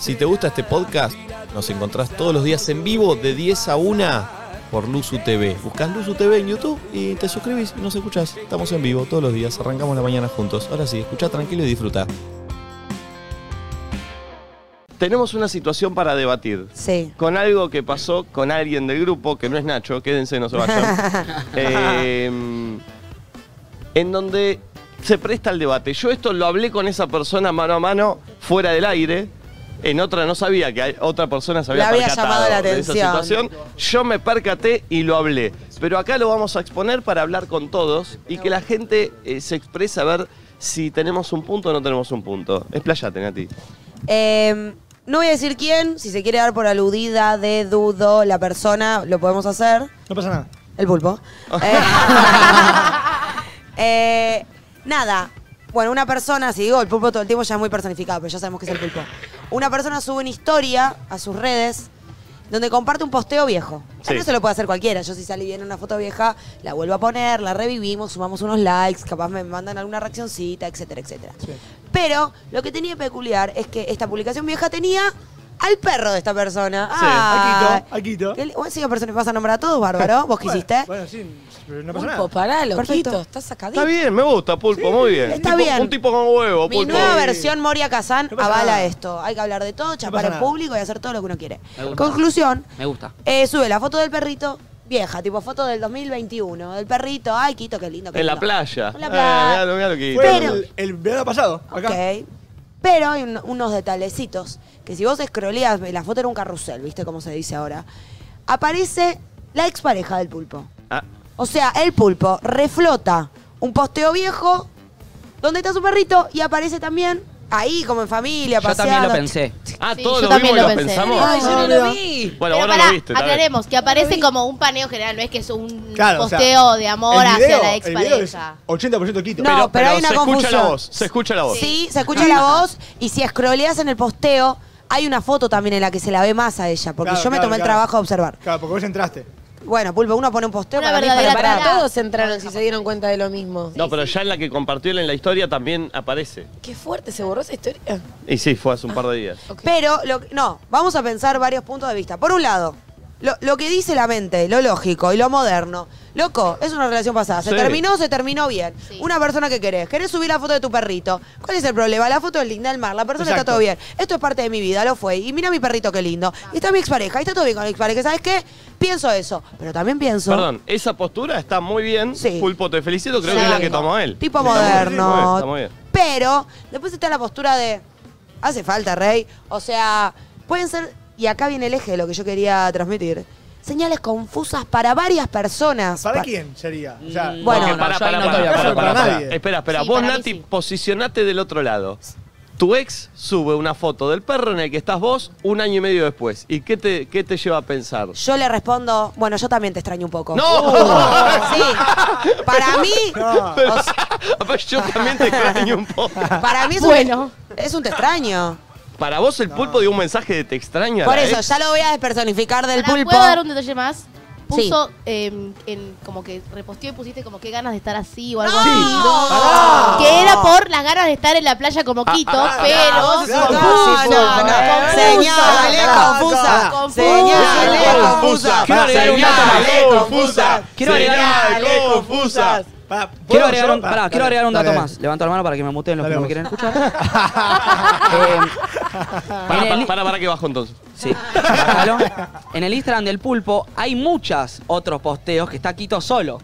Si te gusta este podcast, nos encontrás todos los días en vivo de 10 a 1 por Luzu TV. Buscás Luzu TV en YouTube y te suscribís y nos escuchás. Estamos en vivo todos los días, arrancamos la mañana juntos. Ahora sí, escucha tranquilo y disfruta. Tenemos una situación para debatir. Sí. Con algo que pasó con alguien del grupo, que no es Nacho, quédense, no se vayan. Eh, en donde se presta el debate. Yo esto lo hablé con esa persona mano a mano, fuera del aire. En otra no sabía que hay- otra persona se había, Le había percatado llamado la de atención. esa situación. Yo me percaté y lo hablé. Pero acá lo vamos a exponer para hablar con todos y que la gente eh, se exprese a ver si tenemos un punto o no tenemos un punto. Explayate, Nati. Eh, no voy a decir quién, si se quiere dar por aludida, de dudo, la persona, lo podemos hacer. No pasa nada. El pulpo. Eh, eh, nada. Bueno, una persona, si digo el pulpo todo el tiempo ya es muy personificado, pero ya sabemos que es el pulpo. Una persona sube una historia a sus redes donde comparte un posteo viejo. Ya Sí. No se lo puede hacer cualquiera. Yo si salí bien en una foto vieja, la vuelvo a poner, la revivimos, sumamos unos likes, capaz me mandan alguna reaccioncita, etcétera, etcétera. Pero lo que tenía peculiar es que esta publicación vieja tenía al perro de esta persona. Sí, Ah, Aquito, Aquito. ¿Qué le- Bueno, sí, pero se me vas a nombrar a todos, Bárbaro. ¿Vos qué Bueno, hiciste? Bueno, sí, pero no pasa Pulpo, nada. pará, Perfecto. loquito, estás sacadito. Está bien, me gusta, Pulpo, muy bien. Está Un tipo- bien. Un tipo con huevo, Mi Pulpo. nueva versión Moria Kazan No pasa avala nada. esto. Hay que hablar de todo, chapar pasa en nada. público y hacer todo lo que uno quiere. Me gusta. Conclusión, Me gusta. eh, sube la foto del perrito vieja, tipo foto del 2021, del perrito. Ay, Quito, qué lindo. qué En la lindo. playa. En la playa. Eh, mirá lo- mirá lo que Fue Pero- el, el verano pasado, acá. Ok. Pero hay un- unos detalecitos que si vos escroleas, la foto era un carrusel, ¿viste cómo se dice ahora? Aparece la expareja del pulpo. Ah, O sea, el pulpo reflota un posteo viejo donde está su perrito y aparece también ahí, como en familia, Yo también paseando. lo pensé. Ah, Sí, todos yo lo vimos también y lo lo pensé. pensamos. Ay, yo no Mira. lo vi. Pero Bueno, vos no pará, lo viste. tal vez. aclaremos que aparece como un paneo general, no es que es un Claro, o sea, posteo de amor el hacia video- la el video es expareja. 80% Quito. No, pero hay una se escucha la confusión. voz, se escucha la voz. Sí, se escucha la voz y si escroleas en el posteo, hay una foto también en la que se la ve más a ella, porque Claro, yo me claro, tomé el claro. trabajo de observar. Claro, porque vos entraste. Bueno, pulpo, uno pone un posteo Una para mí, verdadera para- para- tarada. Todos entraron si se dieron cuenta de lo mismo. No, pero ya en la que compartió él en la historia también aparece. Qué fuerte, ¿se borró esa historia? Y sí, fue hace un par de días. Pero, lo, no, vamos a pensar varios puntos de vista. Por un lado, lo, lo que dice la mente, lo lógico y lo moderno. Loco, es una relación pasada. Se Sí. terminó, se terminó bien. Sí. Una persona que querés, querés subir la foto de tu perrito. ¿Cuál es el problema? La foto es linda del mar, la persona está Exacto. todo bien. Esto es parte de mi vida, lo fue. Y mira mi perrito, qué lindo. Y está mi expareja, y está todo bien con mi expareja. ¿Sabes qué? Pienso eso. Pero también pienso. Perdón, esa postura está muy bien. Sí. Pulpo, te felicito, creo Sí. que es la que tomó él. Tipo Está muy bien, moderno. Está muy bien. Pero después está la postura de. Hace falta, Rey. O sea, pueden ser. Y acá viene el eje de lo que yo quería transmitir. Señales confusas para varias personas. ¿Para Pa- quién sería? O sea, Mm, Bueno. Porque no, no, pará, yo ahí pará, no estoy de pará, acuerdo. pará, pará, Para pará. nadie. Espera, espera. Sí, Vos, para mí Nati, sí. posicionate del otro lado. Tu ex sube una foto del perro en el que estás vos un año y medio después. ¿Y qué te, qué te lleva a pensar? Yo le respondo, bueno, yo también te extraño un poco. ¡No! Sí. Para mí. No. o sea, Yo también te extraño un poco. para mí es, Bueno. un, es un te extraño. Para vos el pulpo dio un mensaje de te extraño. a Por la eso, ex. ya lo voy a despersonificar del Pará, pulpo. ¿Puedo dar un detalle más? Sí. Puso eh, en, como que reposteó y pusiste como que ganas de estar así o algo ¡No! así. ¡Pará! Que era por las ganas de estar en la playa como Ah, Quito, pero. claro, No, Confuso, no, no. eh. Señales confusas. Confuso. Señales Señales confusas. confusas. Señales Señales confusas. Quiero agregar, Señales confusas. Pará, quiero ¿puedo agregar yo? un, pará, Pará, quiero agregar un dale, dato dale. más. Levanto la mano para que me muteen los Dale que no me vos. quieren escuchar. Eh, Para, en el- para, para, para que bajo entonces. Sí, bájalo. En el Instagram del pulpo hay muchos otros posteos que está Quito solo.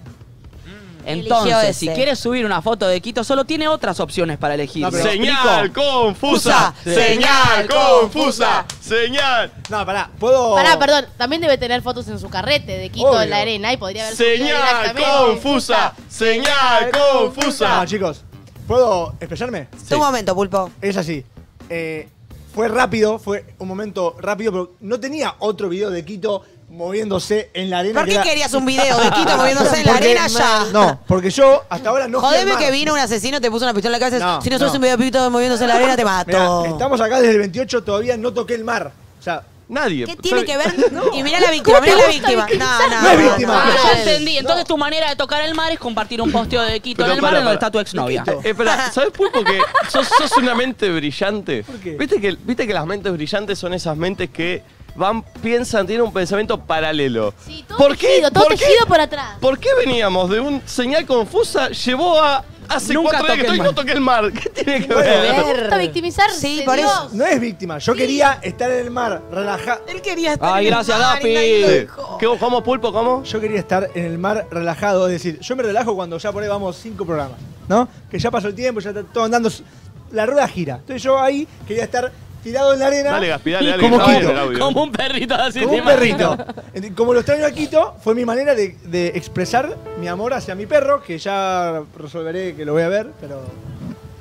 Mm. Eligió ese. Entonces, si quieres subir una foto de Quito solo, tiene otras opciones para elegir. No, ¿Me pero- Señal explico? confusa. Sí. Señal Señal confusa. confusa. Señal. No, pará, puedo. Pará, perdón, también debe tener fotos en su carrete de Quito Obvio. en la arena y podría haber subido Señal directamente. confusa. Señal confusa. No, chicos, ¿puedo expresarme? Tu momento, pulpo. Es así. Eh, fue rápido, fue un momento rápido, pero no tenía otro video de Quito moviéndose en la arena. ¿Por que qué era- querías un video de Quito moviéndose en la Porque- arena ya? No, porque yo hasta ahora no. fui Jodeme al mar. que vino un asesino, te puso una pistola en la cabeza. No, si no subes no. un video de Pito moviéndose en la arena, te Mirá, mato. estamos acá desde el 28, todavía no toqué el mar. O sea, Nadie. ¿Qué tiene ¿Sabe? que ver? Y mira la víctima, mira la víctima. No, no, No es no, víctima. no. Ah, no, ya entendí. Entonces tu manera de tocar el mar es compartir un posteo de Quito Pero en el mar para, en donde para. está tu exnovia. Eh, espera, ¿sabes Pulpo que sos, sos una mente brillante? ¿Por qué? ¿Viste que, viste que las mentes brillantes son esas mentes que van, piensan, tienen un pensamiento paralelo. Sí, todo tejido, todo ¿Por qué? tejido por atrás. ¿Por qué veníamos de un señal confusa llevó a hace Nunca cuatro días que toqué el estoy y mar. no toqué el mar? ¿Qué tiene que Bueno, ver? ver. Me gusta victimizar. Sí, por eso. No es víctima. Yo quería estar en el mar, relajado. Él quería estar Ay, en el gracias, mar y Dafi. nadie lo Sí. dejó. ¿Qué- ¿Cómo Pulpo? ¿Cómo? Yo quería estar en el mar relajado. Es decir, yo me relajo cuando ya por ahí vamos cinco programas, ¿no? Que ya pasó el tiempo, ya está todo andando. s- La rueda gira. Entonces yo ahí quería estar tirado en la arena. Dale, Gaspi, dale, dale. que Como está bien Quito. el audio. Como un perrito así. Como te un perrito. Ent- Como lo extraño a Quito, fue mi manera de, de expresar mi amor hacia mi perro, que ya resolveré que lo voy a ver, pero.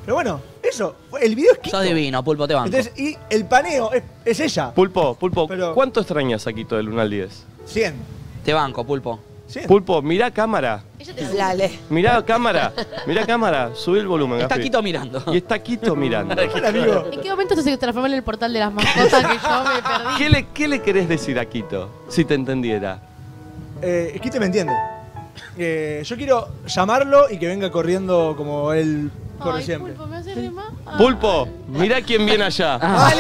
Pero bueno, eso. El video es Quito. Sos divino, Pulpo, te banco. Entonces, y el paneo es, es ella. Pulpo, Pulpo, Pero- ¿cuánto extrañas a Quito del 1 al 10? 100. Te banco, Pulpo. 100. Pulpo, mirá cámara. Ella te la- Dale. Mirá cámara. Mirá cámara. Subí el volumen, Está Gaspi. Quito mirando. Y está Quito mirando. Hola, amigo. ¿En qué momento esto se transformó en el portal de las mascotas que yo me perdí? ¿Qué le, ¿Qué le querés decir a Quito? Si te entendiera. Eh, Quito me entiende. Eh, yo quiero llamarlo y que venga corriendo como él corre Ay, siempre. Pulpo, ¿me hace rima? Ah. Pulpo, mirá quién viene allá. Ah.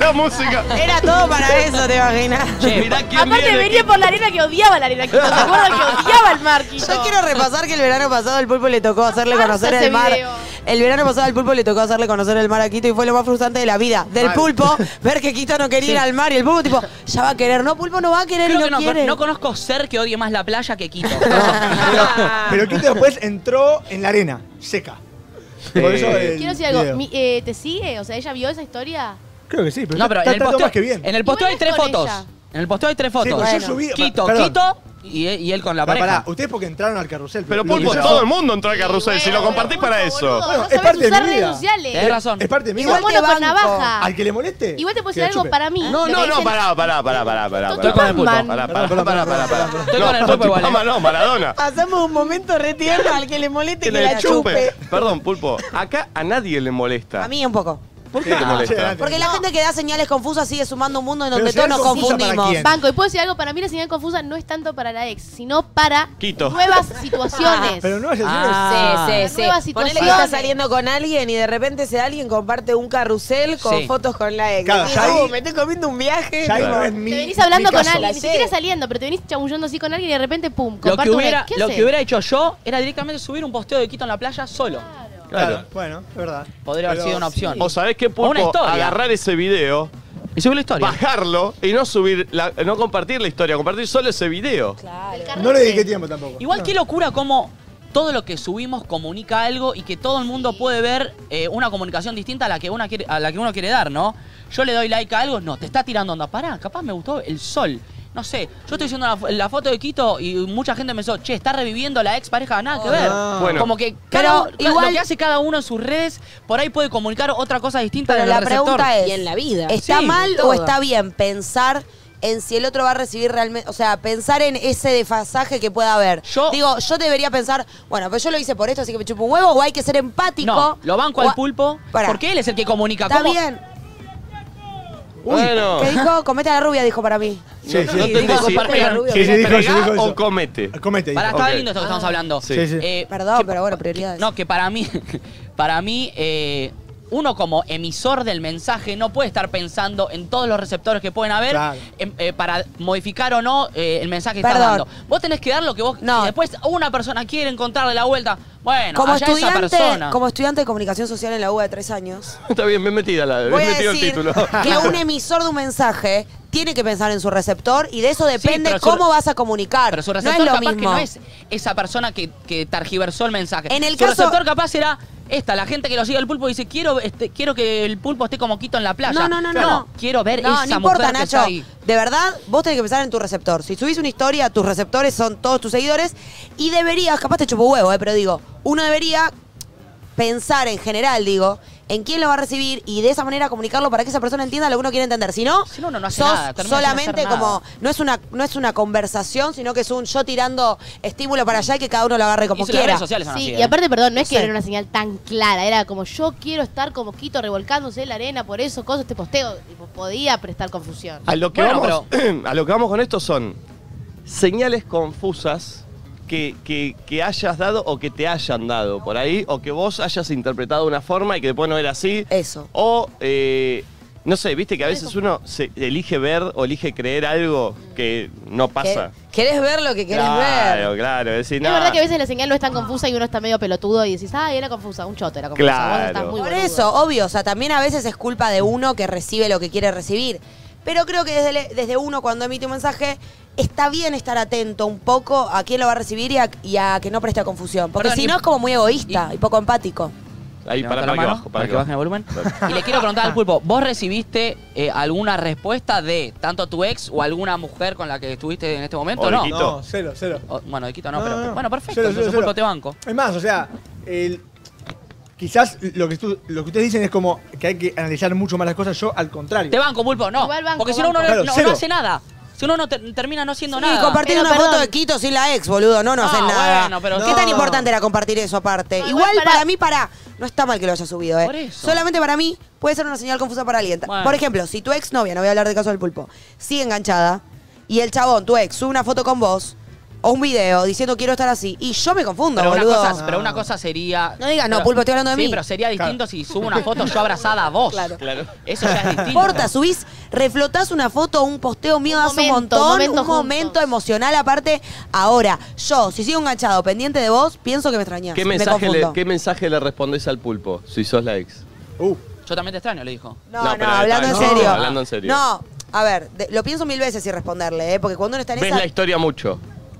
La música. Era todo para eso, te imaginas. Mirá quién Aparte viene. venía por la arena que odiaba la arena Quito. ¿Te acuerdas que odiaba el mar Quito? Yo quiero repasar que el verano pasado al pulpo le tocó hacerle Aparte conocer ese el mar. video. El verano pasado al pulpo le tocó hacerle conocer el mar a Quito y fue lo más frustrante de la vida. Del pulpo, ver que Quito no quería ir al mar y el pulpo tipo, ya va a querer. No, pulpo no va a querer Creo y que no, no, quiere. no conozco ser que odie más la playa que Quito. Pero, pero Quito después entró en la arena, seca. Por eso Eh, el Quiero decir algo. video. Mi- eh, ¿Te sigue? O sea, ¿ella vio esa historia? Creo que sí, pero, No, pero está, en el está todo posteo, más que bien. En el posteo Igual hay tres es con fotos. ella. En el posteo hay tres fotos. Sí, pero yo subí- Quito, perdón. Quito y, él- y él con la Pará, pareja. pará, ustedes porque entraron al carrusel. lo Pero que Pulpo, yo- todo el mundo entró al carrusel. Si lo Bueno, compartís Pulpo, para boludo, eso. Bueno, no es sabes parte de usar mi redes vida. sociales. Tenés razón. Es parte mía. Igual Igual te con banco. navaja. Al que le moleste. Igual te puedo que decir la algo chupe. para mí. No, Lo no, que no, dicen- pará, pará, pará, pará, pará. Estoy con el pulpo. Pará, pará, pará, pará, pará, pará. Estoy con el No, pulpo igual, eh. Pama no, Maradona. Hacemos un momento retierno al que le moleste que, la chupe. Perdón, Pulpo, acá a nadie le molesta. A mí un poco. ¿Por qué te molesta? Porque la gente que da señales confusas sigue sumando un mundo en donde Pero todos señal nos confusa para confundimos. quién. Banco, y puedo decir algo, para mí la señal confusa no es tanto para la ex, sino para Quito. nuevas situaciones. Pero no vayas a Ah, sí, sí, Nueva sí. situación. Ponele que estás saliendo con alguien y de repente ese alguien comparte un carrusel con Sí. fotos con la ex. Claro, Y, ya ahí- "Uh, me estoy comiendo un viaje. Ya ahí Claro. no es mi. te venís hablando mi con caso. alguien, ni La sé. siquiera saliendo, pero te venís chamullando así con alguien y de repente, pum, Lo, que comparte hubiera, una ex. ¿Qué lo haces? que hubiera hecho yo era directamente subir un posteo de Quito en la playa solo. Claro. Claro, bueno, es verdad. Podría haber Pero sido una sí. opción. O sabés qué, Una Pulpo, historia. agarrar ese video, Y subí la historia. bajarlo y no subir, la- no compartir la historia, compartir solo ese video. Del carrete. No le dediqué tiempo tampoco. Igual No. qué locura como todo lo que subimos comunica algo y que todo el mundo puede ver eh, una comunicación distinta a la, que una quiere- a la que uno quiere dar, ¿no? Yo le doy like a algo, no, te está tirando onda. Pará, capaz me gustó el sol. No sé, yo estoy haciendo la, fo- la foto de Quito y mucha gente me pensó, che, está reviviendo la ex pareja, nada que ver. Ah. Bueno. Como que Pero cada, pero igual- lo que hace cada uno en sus redes, por ahí puede comunicar otra cosa distinta Pero del la receptor. pregunta es, Y en la vida. ¿está Sí, mal todo. o está bien pensar en si el otro va a recibir realmente, o sea, pensar en ese desfasaje que pueda haber? Yo- Digo, yo debería pensar, bueno, pero yo lo hice por esto, así que me chupo un huevo, o hay que ser empático. No, lo banco o al a- pulpo Pará. porque él es el que comunica. Está ¿Cómo? bien. Bueno, ¿Qué dijo? Comete a la rubia, dijo para mí. Sí, sí. no te digo, si compartí la Sí, sí, dijo, sí, dijo pegá o eso. comete. Comete. dijo. Pará, estaba Ok. lindo esto que estamos hablando. Sí. Sí, sí. Eh, Ah. Perdón, que- pero bueno, prioridades. No, que para mí, para mí, eh, uno como emisor del mensaje no puede estar pensando en todos los receptores que pueden haber Claro. em, eh, para modificar o no eh, el mensaje que Perdón. estás dando. Vos tenés que dar lo que vos. No. Y después una persona quiere encontrarle la vuelta. Bueno, como, allá esa estudiante, persona. como estudiante de comunicación social en la UBA de tres años, Está bien, bien metida la, bien voy a metido el decir título. que un emisor de un mensaje tiene que pensar en su receptor y de eso depende pero su- cómo vas a comunicar. Pero su no es receptor lo capaz mismo. que no es esa persona que, que targiversó el mensaje. En el su caso- receptor capaz era esta, la gente que lo sigue al pulpo y dice, quiero, este, quiero que el pulpo esté como quito en la playa. No, no, no, no, no. Quiero ver No, esa no importa, mujer que Nacho. está ahí. De verdad, vos tenés que pensar en tu receptor. Si subís una historia, tus receptores son todos tus seguidores. Y deberías, capaz te chupo huevo, eh, pero digo, uno debería pensar en general, digo, en quién lo va a recibir y de esa manera comunicarlo para que esa persona entienda lo que uno quiere entender. Si no, Si no, uno no hace sos nada, termina sin solamente hacer nada. como, no es, una, no es una conversación, sino que es un yo tirando estímulo para allá y que cada uno lo agarre como Y si las redes quiera. sociales son Sí, así, y ¿eh? aparte, perdón, no es que Sí. era una señal tan clara, era como yo quiero estar como Quito revolcándose en la arena, por eso, cosas, este posteo, tipo, podía prestar confusión. A lo que, Bueno, vamos, a lo que vamos con esto son señales confusas que, que- que hayas dado o que te hayan dado por ahí, o que vos hayas interpretado de una forma y que después no era así. Eso. O, eh, no sé, viste que a veces uno se elige ver o elige creer algo que no pasa. Que- ¿Querés ver lo que querés claro, ver? claro. Es, decir, Es nah, verdad que a veces la señal no es tan confusa y uno está medio pelotudo y decís, ay, era confusa, un choto era confusa. Vos estás Claro. muy Por boludo. eso, obvio, o sea, también a veces es culpa de uno que recibe lo que quiere recibir. Pero creo que desde, le- desde uno cuando emite un mensaje está bien estar atento un poco a quién lo va a recibir y a, y a que no preste confusión. Porque Perdón, si y- no es como muy egoísta y, poco empático. Ahí, Levanta para, para la que mano, bajo, para que bajen el volumen. Y le quiero preguntar Ah. al pulpo, ¿vos recibiste eh, alguna respuesta de tanto tu ex o alguna mujer con la que estuviste en este momento? O de no. Quito. No, cero, cero. O- bueno, de Quito no, No, pero no, no. bueno, perfecto. Cero, entonces, cero, pulpo, cero. te banco. Es más, o sea, el- quizás lo que, tú- lo que ustedes dicen es como que hay que analizar mucho más las cosas. Yo, al contrario. Te banco, pulpo, no. Igual banco, Porque si no, uno no- banco. no, Claro, no cero. hace nada. Si uno no ter- termina no haciendo Y nada. compartir Pero, una perdón. foto de Quito sin la ex, boludo. No, no Ah, hacen nada. bueno, pero- ¿Qué tan No. importante era compartir eso aparte? No, igual igual para- para... mí, para. No está mal que lo haya subido, ¿eh? Por eso. Solamente para mí puede ser una señal confusa para alguien. Bueno. Por ejemplo, si tu ex novia, no voy a hablar de caso del pulpo, sigue enganchada y el chabón, tu ex, sube una foto con vos o un video diciendo quiero estar así y yo me confundo, Pero una, boludo. Ah. cosa, pero una cosa sería. No digas, no, pero- pulpo, estoy hablando de sí, mí. pero sería distinto si subo una foto yo abrazada a vos. Claro. Claro. Eso ya es No distinto. importa, subís, reflotás una foto, un posteo mío Un de hace un momento, montón, un momento un momento juntos. emocional aparte. Ahora, yo, si sigo enganchado, pendiente de vos, pienso que me extrañás. ¿Qué, me mensaje le, confundo. ¿Qué mensaje le respondés al pulpo si sos la ex? Uh, Yo también te extraño, le dijo. No, No, no, pero hablando en está, no, serio. hablando en serio. No, a ver, de- lo pienso mil veces y responderle, ¿eh? porque cuando uno está en ¿Ves esa... la historia mucho?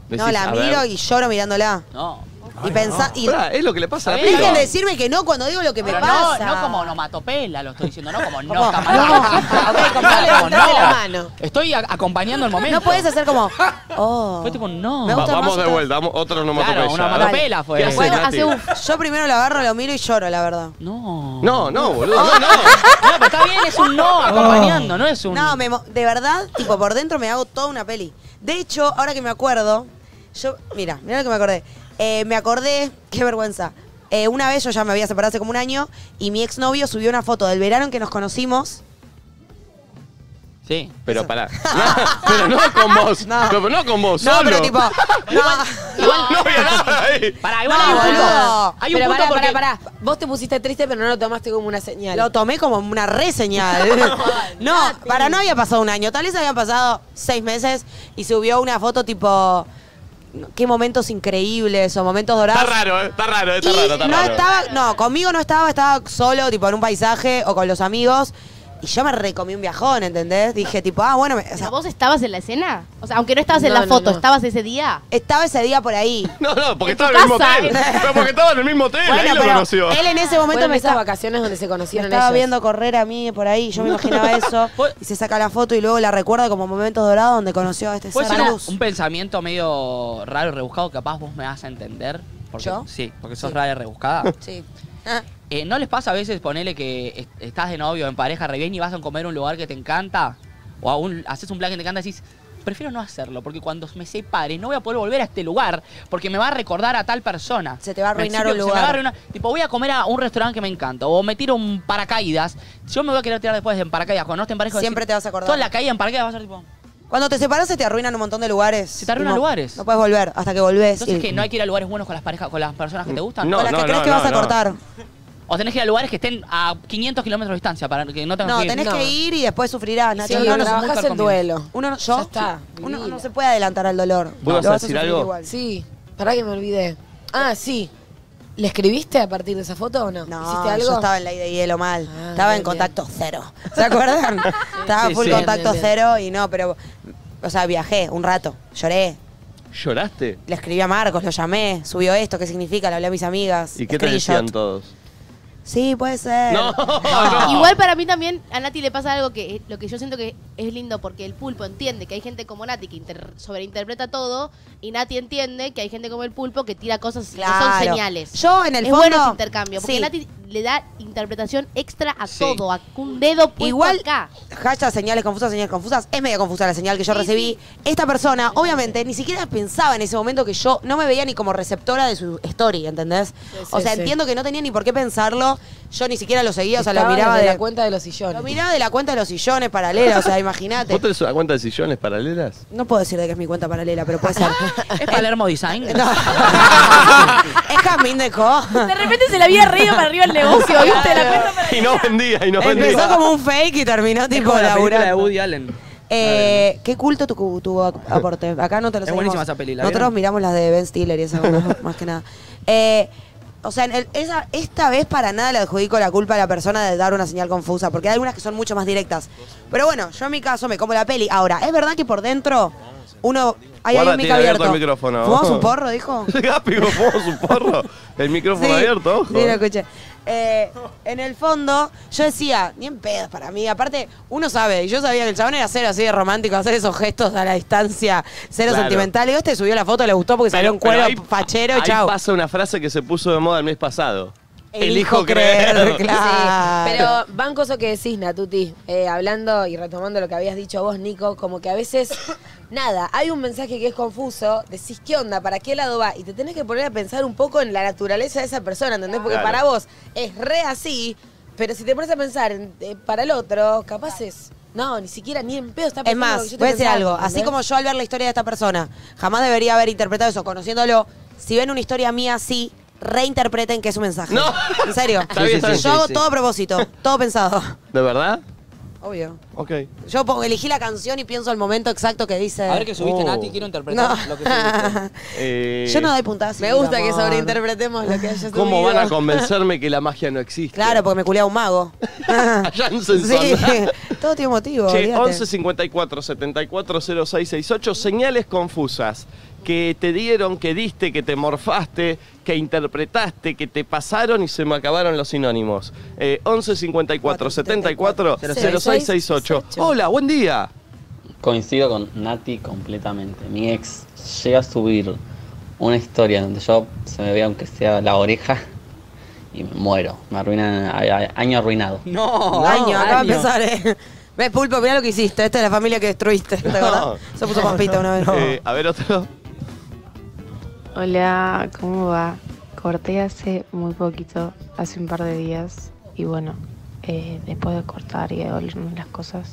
no, la a ver. miro y lloro mirándola. No. Y pensá... y- Pará, es lo que le pasa a la Está bien. piba. Dejen de decirme que no cuando digo lo que me Pero no, pasa. no como onomatopela, lo estoy diciendo, no como no, Como, camarada. no. Ok, como Como no levantaste la mano. Estoy a- acompañando el momento. No puedes hacer como... Oh. Fue tipo, no. Me Va- gusta vamos más de otra- vuelta, vamos, otro onomatopeya. Claro, una onomatopeya fue. ¿Qué haces, Bueno, Nati? hace un- Yo primero lo agarro, lo miro y lloro, la verdad. No. No, no, boludo, no, no. No, pero está bien, es un no acompañando, no es un. No, me mo- de verdad, tipo, por dentro me hago toda una peli. De hecho, ahora que me acuerdo, yo, mira, mira lo que me acordé. Eh, me acordé, qué vergüenza. Eh, una vez yo ya me había separado hace como un año y mi exnovio subió una foto del verano en que nos conocimos. Sí. Pero pará. No, pero no con vos. No, pero no con vos, No, solo. pero tipo, no, Igual no había nada ahí. Ah, Para, igual No, hay un punto. boludo. Hay un pero punto pará, porque. pará, pará. Vos te pusiste triste, pero no lo tomaste como una señal. lo tomé como una reseñal. No, para no había pasado un año, tal vez habían pasado seis meses y subió una foto tipo, qué momentos increíbles o momentos Está dorados. raro, eh, está raro, está Y raro, está no raro. estaba, no, conmigo no estaba, estaba solo, tipo en un paisaje o con los amigos. Y yo me recomí un viajón, ¿entendés? Dije, tipo, ah, bueno, me- o sea, Pero ¿Vos estabas en la escena? O sea, aunque no estabas en No, la no, foto, no. estabas ese día. estaba ese día por ahí. No, no, porque En tu estaba en el mismo casa, hotel. eh. Pero porque estaba en el mismo hotel, ahí Bueno, lo conoció. él en ese momento Fueron me esas estaba, vacaciones donde se me conocieron estaba ellos. viendo correr a mí por ahí. Yo me imaginaba eso. Fue- Y se saca la foto y luego la recuerda como momentos dorados donde conoció a este Puede ser ser un, luz. un pensamiento medio raro y rebuscado, capaz vos me vas a entender. Porque, ¿Yo? Sí, porque sos Sí. rara y rebuscada. Sí. Ah, Eh, ¿No les pasa a veces ponerle que est- estás de novio, en pareja, re bien y vas a comer a un lugar que te encanta? O a un, haces un plan que te encanta y decís, prefiero no hacerlo, porque cuando me separe no voy a poder volver a este lugar, porque me va a recordar a tal persona. Se te va a Me- arruinar un sí, se me lugar. va a arruinar. Tipo, voy a comer a un restaurante que me encanta, o me tiro un paracaídas. Yo me voy a querer tirar después en paracaídas. Cuando no esté en pareja, Siempre te vas a acordar. Toda la caída en paracaídas vas a ser tipo... Cuando te separas se te arruinan un montón de lugares. Se te arruinan lugares. No puedes volver hasta que volvés. Entonces, y- que no hay que ir a lugares buenos con las parejas, con las personas que te gustan. No. con las que crees que vas a no. cortar. O tenés que ir a lugares que estén a 500 kilómetros de distancia para que no tengas No, que ir. tenés No. que ir y después sufrirás. Nati. Sí, Uno no se- trabajás el conmigo. duelo. Uno no, Ya yo, está, uno vivila. no se puede adelantar al dolor. ¿Vos ibas Lo a vas decir sufrir algo? igual. Sí, pará que me olvidé. Ah, sí. ¿Le escribiste a partir de esa foto o no? No, ¿Hiciste algo? yo estaba en la idea de hielo mal. Ah, estaba en bien, contacto cero. ¿Se acuerdan? estaba sí, full sí. contacto Bien, bien, cero y no, pero. O sea, viajé un rato, lloré. ¿Lloraste? Le escribí a Marcos, lo llamé, subió esto, ¿qué significa? Le hablé a mis amigas. ¿Y qué te screenshot. decían todos? Sí, puede ser. No, no. Igual para mí también a Nati le pasa algo que lo que yo siento que es lindo porque el pulpo entiende que hay gente como Nati que inter- sobreinterpreta todo y Nati entiende que hay gente como el pulpo que tira cosas que Claro. son señales. Yo, en el es fondo- bueno ese intercambio porque Sí. Nati le da interpretación extra a Sí. todo, a un dedo puesto Igual, acá. hashtag señales confusas, señales confusas, es media confusa la señal que yo Sí, recibí. sí. Esta persona, obviamente, ni siquiera pensaba en ese momento que yo no me veía ni como receptora de su story, ¿entendés? Sí, o sí, sea, sí. entiendo que no tenía ni por qué pensarlo. Yo ni siquiera lo seguía, o sea, lo Estaban miraba desde de la cuenta de los sillones. Lo miraba de la cuenta de los sillones paralela, o sea, imagínate. ¿Vos tenés una cuenta de sillones paralelas? No puedo decir de que es mi cuenta paralela, pero puede ser. ¿Es Palermo Design? No. es Jazmín de Co. De repente se le había reído para arriba el negocio, ¿viste? La cuenta para Y no vendía, y no Empezó vendía. como un fake y terminó Es tipo como la película de laburando. Woody Allen. Eh, qué culto tu, tu ap- aporte. Acá no te lo Es buenísima sabemos. esa peli, ¿la Nosotros vieron? miramos las de Ben Stiller y esas cosas, más que nada. Eh, o sea, en el- esa- esta vez para nada le adjudico la culpa a la persona de dar una señal confusa, porque hay algunas que son mucho más directas. Pero bueno, yo en mi caso me como la peli. Ahora, ¿es verdad que por dentro Ah, uno... Hay Guarda, alguien mica tiene abierto abierto. el micrófono. ¿Fumamos un porro, dijo? Gapi, vos fumás un porro. El micrófono Sí, abierto, ojo. Sí, lo escuché. Eh, en el fondo, yo decía, ni en pedos para mí. Aparte, uno sabe, y yo sabía que el chabón era cero así de romántico, hacer esos gestos a la distancia, cero Claro. sentimental. Y este subió la foto, le gustó porque Pero- salió un pero cuero ahí- fachero, ahí chao. pasa una frase que se puso de moda el mes pasado. Elijo creer, claro. Sí, pero banco eso que decís, Natuti, eh, hablando y retomando lo que habías dicho vos, Nico, como que a veces, nada, hay un mensaje que es confuso, decís, ¿qué onda? ¿Para qué lado va? Y te tenés que poner a pensar un poco en la naturaleza de esa persona, ¿entendés? Porque Claro. para vos es re así, pero si te pones a pensar en- eh, para el otro, capaz es... No, ni siquiera ni en pedo está Es pensando lo más, que yo voy estoy a decir pensando, algo. Así ¿entendés? como yo al ver la historia de esta persona, jamás debería haber interpretado eso, conociéndolo. Si ven una historia mía así, reinterpreten que es un mensaje. No. En serio. Está bien, está bien. Yo hago Sí, sí. todo a propósito, todo pensado. ¿De verdad? Obvio. Ok. Yo pongo- elegí la canción y pienso el momento exacto que dice. A ver qué subiste, Oh. Nati. Quiero interpretar No. lo que subiste. Eh, Yo no doy puntadas. Me sin gusta que amor. sobreinterpretemos lo que haya ¿Cómo subido. van a convencerme que la magia no existe? Claro, porque me culé a un mago. Allá en Sonsón. todo tiene motivo. Che, olvídate. 11 54 74 0668, señales confusas que te dieron, que diste, que te morfaste, que interpretaste, que te pasaron y se me acabaron los sinónimos. Eh, 11 54 74 0668. Hola, buen día. Coincido con Nati completamente. Mi ex llega a subir una historia donde yo se me vea aunque sea la oreja y me muero. Me arruinan, a- a- año arruinado. No. Año, acaba de año. empezar, eh. Ves, Pulpo, mirá lo que hiciste. Esta es la familia que destruiste, ¿te acordás? Se puso papita una vez. Ah. Eh, a ver otro. Hola, Ah, ¿cómo va? Corté hace muy poquito, hace un par de días, y bueno, eh, después de cortar y de olerme las cosas,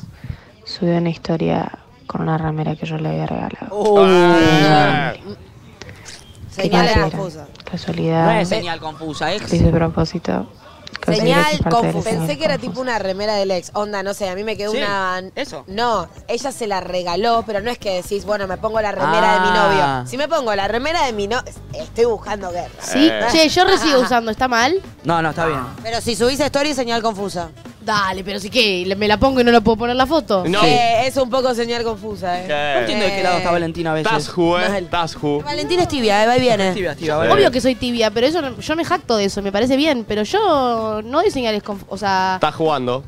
subí una historia con una ramera que yo le había regalado. Oh. Ah. ¿Qué Señales tal era? confusas. No Casualidad. es señal confusa, es. Lo hice a propósito. Considero que es Señal parte de confusa. la señal Pensé que era tipo confusa. una remera del ex. Onda, no sé, a mí me quedó Sí, una. eso. No, ella se la regaló, pero no es que decís, bueno, me pongo la remera de mi Ah. novio. Si me pongo la remera de mi novio, estoy buscando guerra. Ah. ¿Sí? Eh. Che, yo recibo usando, ¿está mal? No, no, está bien. Pero si subís story, señal confusa. Dale, pero si qué, le- me la pongo y no la puedo poner la foto. No. Eh, es un poco señal confusa, ¿eh? No Eh, entiendo de qué lado está Valentina a veces. Tasju, eh. Mal. Tasju. Valentina es tibia, eh, va y viene. Activa, activa, Eh. vale. Obvio que soy tibia, pero eso no- yo me jacto de eso, me parece bien, pero yo no doy señales con, o sea, Está jugando.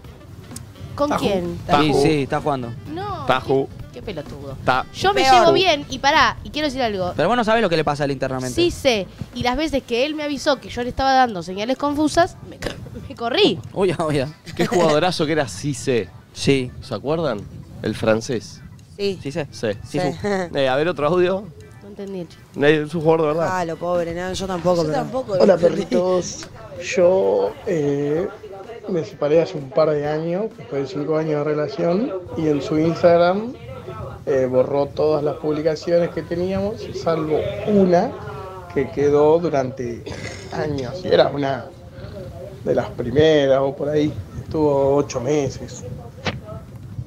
¿con quién? Sí, sí, está jugando. No. Tajo. Qué, qué pelotudo. Ta- Yo me Peor. llevo bien y pará, y quiero decir algo. Pero vos no sabés lo que le pasa a él internamente. Sí sé, y las veces que él me avisó que yo le estaba dando señales confusas, me, me corrí. Uy, ah, uy. Qué jugadorazo que era Cise. Sí. ¿Se acuerdan? El francés. Sí. Sí, sé. Sí. Sí. Sí, sí. Eh, a ver otro audio. No entendí el chiste. Eh, Es un jugador de verdad. Ah, lo pobre, no, yo tampoco. Yo pero- tampoco. Hola perritos, yo eh, me separé hace un par de años, después de cinco años de relación, y en su Instagram eh, borró todas las publicaciones que teníamos, salvo una que quedó durante años, y era una de las primeras o por ahí, estuvo ocho meses.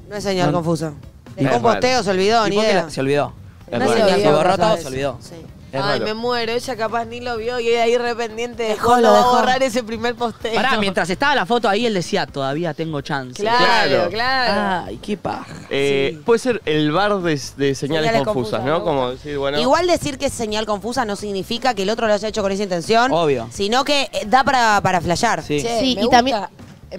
No es señal No. confusa. No, Dejó es un posteo, se olvidó, ¿Y ni por qué idea. la- Se olvidó. No Es se raro. olvidó, Se borró no todo, sabes. se olvidó. Sí. Es Ay, raro. me muero. Ella capaz ni lo vio y ella ahí arrependiente de Dejó, cuándo lo va a dejó. borrar ese primer posteo. Pará, mientras estaba la foto ahí, él decía, todavía tengo chance. Claro, Claro. claro. Ay, qué Ah, paja. Eh, Puede ser el bar de, de señales, confusas, confusas, ¿no? me Como decir, bueno. Igual decir que es señal confusa no significa que el otro lo haya hecho con esa intención. Obvio. Sino que eh, da para, para flashear. Sí. Che, Sí, me y gusta eh, también-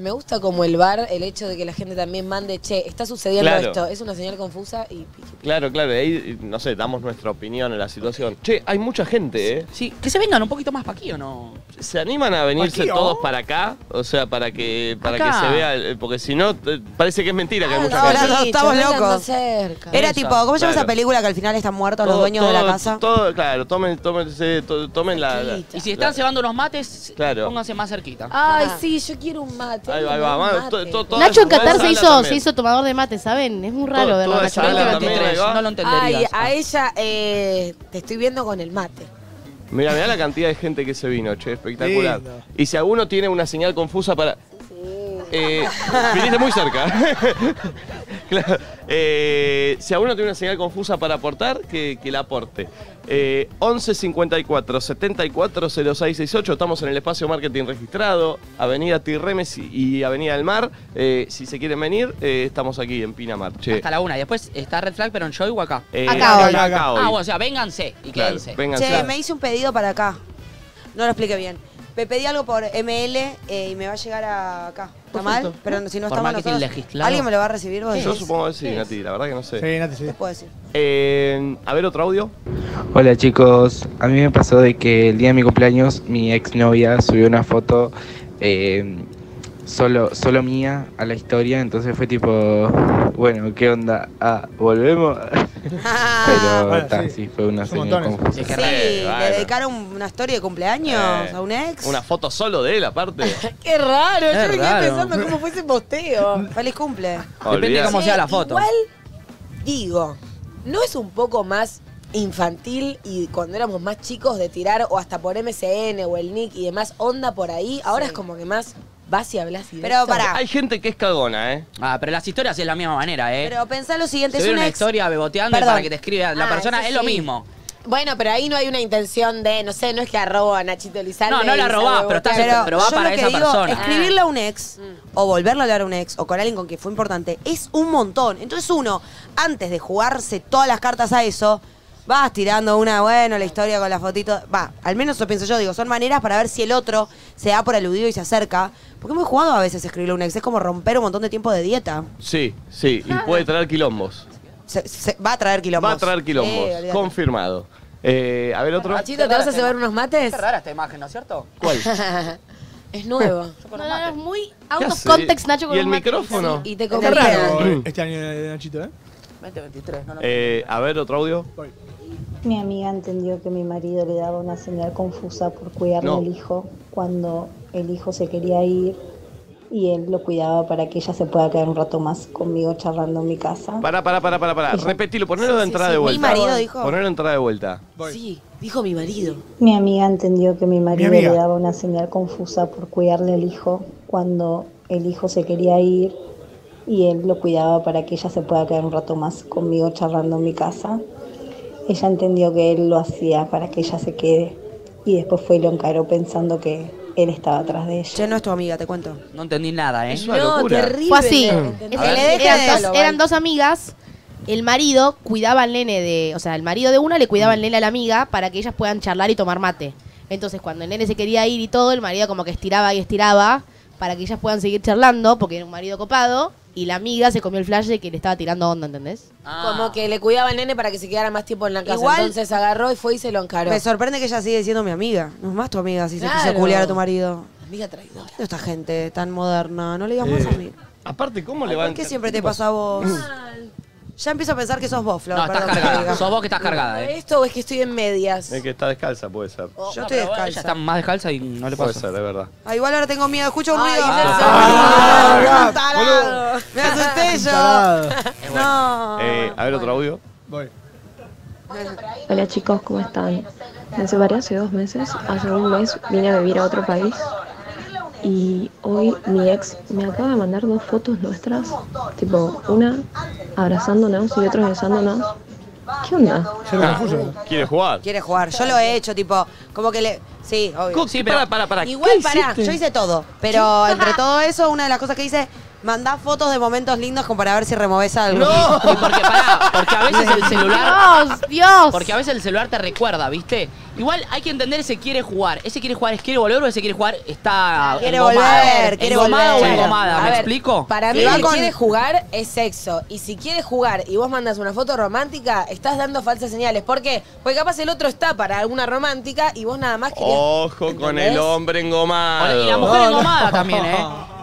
me gusta como el bar, el hecho de que la gente también mande, che, está sucediendo Claro. esto, es una señal confusa y Claro, claro, de ahí, no sé, damos nuestra opinión en la situación. Che, hay mucha gente, ¿eh? Sí, que se vengan un poquito más para aquí o no. ¿Se animan a venirse Aquí, ¿o? todos para acá? O sea, para que para Acá. que se vea, el- porque si no, eh, parece que es mentira que hay mucha Ah, no, gente. no, estamos locos. Era Esa, tipo, ¿cómo se llama esa claro. película que al final están muertos los Todo- dueños de la todo- casa? Todo, claro, tomen, tómense, to- tomen la, la- Y si la- están cebando unos mates, Claro. pónganse más cerquita. Ay, sí, yo quiero un mate. Ahí va, ahí alguien va, me da un vamos, to- mate. to- todas Nacho en esas Qatar se salas hizo, también. se hizo tomador de mate, ¿saben? Es muy raro Todo- verlo. toda Nacho. esa ala Viste, también, ahí 23, va. no lo entenderías. Ay, a ella eh, te estoy viendo con el mate. Mirá, mirá la cantidad de gente que se vino, che, espectacular. Lindo. Y si alguno tiene una señal confusa para. Eh, viniste muy cerca. Claro. Eh, si alguno tiene una señal confusa para aportar, que, que la aporte. Eh, 11 54 74 06 68. Estamos en el espacio marketing registrado, Avenida Tirremes y- y Avenida del Mar. Eh, si se quieren venir, eh, estamos aquí en Pinamar. Che. Hasta la una. Y después está Red Flag, pero en Joy o acá. Eh, Acá hoy. acá hoy. Ah, bueno, o sea, vénganse y Claro, quédense. vénganse. Che, me hice un pedido para acá. No lo expliqué bien. Me pedí algo por ML eh, y me va a llegar a acá. ¿Está mal? Pero si no Por estamos marketing nosotros, legislado. ¿alguien me lo va a recibir vos? Yo decís? supongo que sí, Nati, la verdad que no sé. Sí, Nati, sí. ¿Qué puedo decir? Eh, a ver, otro audio. Hola chicos, a mí me pasó de que el día de mi cumpleaños mi exnovia subió una foto eh, solo, solo mía a la historia, entonces fue tipo, bueno, ¿qué onda? Ah, ¿volvemos? Pero Bueno, ta, sí. Ah, sí. fue una Es un señal montón eso. confusa. Es que sí, re- bueno. le dedicaron una historia de cumpleaños Eh, a un ex. Una foto solo de él, aparte. Qué raro, Qué yo me raro. quedé pensando cómo fue ese posteo. Feliz cumple. Depende de Olvidate. cómo sea la foto. Igual, digo, ¿no es un poco más infantil y cuando éramos más chicos de tirar o hasta por MSN o el Nick y demás onda por ahí? Ahora es como que más vas y hablas y Pero directo. pará, Hay gente que es cagona, ¿eh? Ah, pero las historias es la misma manera, ¿eh? pero pensá lo siguiente, Se es ve un una ex. historia beboteando y Perdón. para que te escriba la Ah, persona, eso es lo sí. mismo. Bueno, pero ahí no hay una intención de, no sé, no es que arrobo a Nachito Elizalde. No, no la y robás, salgo pero estás- Pero, boteando. pero va yo para lo que esa digo, persona. escribirle a un ex o volverle a hablar a un ex o con alguien con quien fue importante es un montón. Entonces uno, antes de jugarse todas las cartas a eso, vas tirando una, bueno, la historia con la fotito. Va, al menos eso pienso yo, digo, son maneras para ver si el otro se da por aludido y se acerca. Porque hemos jugado a veces escribirle a un ex, es como romper un montón de tiempo de dieta. Sí, sí, y puede traer quilombos. Ah. Se- se- va a traer quilombos. Va a traer quilombos, Sí, olvídate. confirmado. Eh, a ver, otro. Nachito, ¿te vas a cebar unos mates? Es rara esta imagen, ¿no es cierto? ¿Cuál? Es nuevo. No, no, no, es muy out ¿Qué of hace? context, Nacho, con ¿Y el un mate. micrófono? Mm. Y te Qué comía. raro eh, este año de Nachito, ¿eh? 2023, no lo Eh, a ver, otro audio. Mi amiga entendió que mi marido le daba una señal confusa por cuidarle No. al hijo cuando el hijo se quería ir y él lo cuidaba para que ella se pueda quedar un rato más conmigo charlando en mi casa. Pará, pará, pará, pará, pará. Repetilo, ponelo de entrada de vuelta. marido dijo. Ponelo de entrada de vuelta. Sí, dijo mi marido. Mi amiga entendió que mi marido amiga. le daba una señal confusa por cuidarle al hijo cuando el hijo se quería ir y él lo cuidaba para que ella se pueda quedar un rato más conmigo charlando en mi casa. Ella entendió que él lo hacía para que ella se quede y después fue y lo encaró pensando que él estaba atrás de ella. Che, no es tu amiga, te cuento. No entendí nada, ¿eh? Es una locura. Fue así. Mm. Mm. ¿entendés? A ver. Eran- eran, Diálogo, dos, vale. eran dos amigas. El marido cuidaba al nene de. O sea, el marido de una le cuidaba al nene a la amiga para que ellas puedan charlar y tomar mate. Entonces, cuando el nene se quería ir y todo, el marido como que estiraba y estiraba para que ellas puedan seguir charlando porque era un marido copado. Y la amiga se comió el flash de que le estaba tirando onda, ¿entendés? Ah. Como que le cuidaba al nene para que se quedara más tiempo en la casa. Igual- Entonces agarró y fue y se lo encaró. Me sorprende que ella sigue siendo mi amiga. No es más tu amiga si se Claro. quiso culiar a tu marido. Amiga traidora. ¿Qué es Esta gente tan moderna, no le digas más a mí. Aparte, ¿cómo le Ay, van? ¿Por qué siempre te pasa a vos? Ya empiezo a pensar que sos vos, Flor. Mm. No, estás perdón que te cargada. diga. Sos vos que estás cargada, ¿eh? ¿Esto o es que estoy en medias? Es que está descalza, puede ser. Yo estoy Ella descalza. está más descalza y no le Puede pasa. ser, de verdad. Ah, igual ahora tengo miedo, escucho un Ay, ruido. ya sé. Ah, Ah, tarado. Me asusté Ah. Tarado. yo. No. Eh, a ver, otro audio. Voy. Hola chicos, ¿cómo están? Me separé hace dos meses, hace un mes vine a vivir a otro país y hoy mi ex me acaba de mandar dos fotos nuestras, tipo una abrazándonos y otra besándonos. ¿Qué onda? Se lo confuso. Ah. ¿Quiere jugar? Quiere jugar. Yo lo he hecho, tipo, como que le. Sí, obvio. Sí, para, para, para. Igual, pará, yo hice todo. Pero entre todo eso, una de las cosas que hice, Mandá fotos de momentos lindos como para ver si removes algo. No. Y porque pará, porque a veces el celular. Dios, Dios. Porque a veces el celular te recuerda, ¿viste? Igual hay que entender ese quiere jugar. Ese quiere jugar es quiere volver o ese quiere jugar Ah, está. Quiere engomado. volver, quiere Engomado volver. o engomada, A ¿me ver, explico? Para mí, Sí. si quiere jugar es sexo. Y si quiere jugar y vos mandas una foto romántica, estás dando falsas señales. ¿Por qué? Porque capaz el otro está para alguna romántica y vos nada más querías. Oh, Ojo con ¿Entendés? el hombre engomado. Y la mujer engomada también, ¿eh?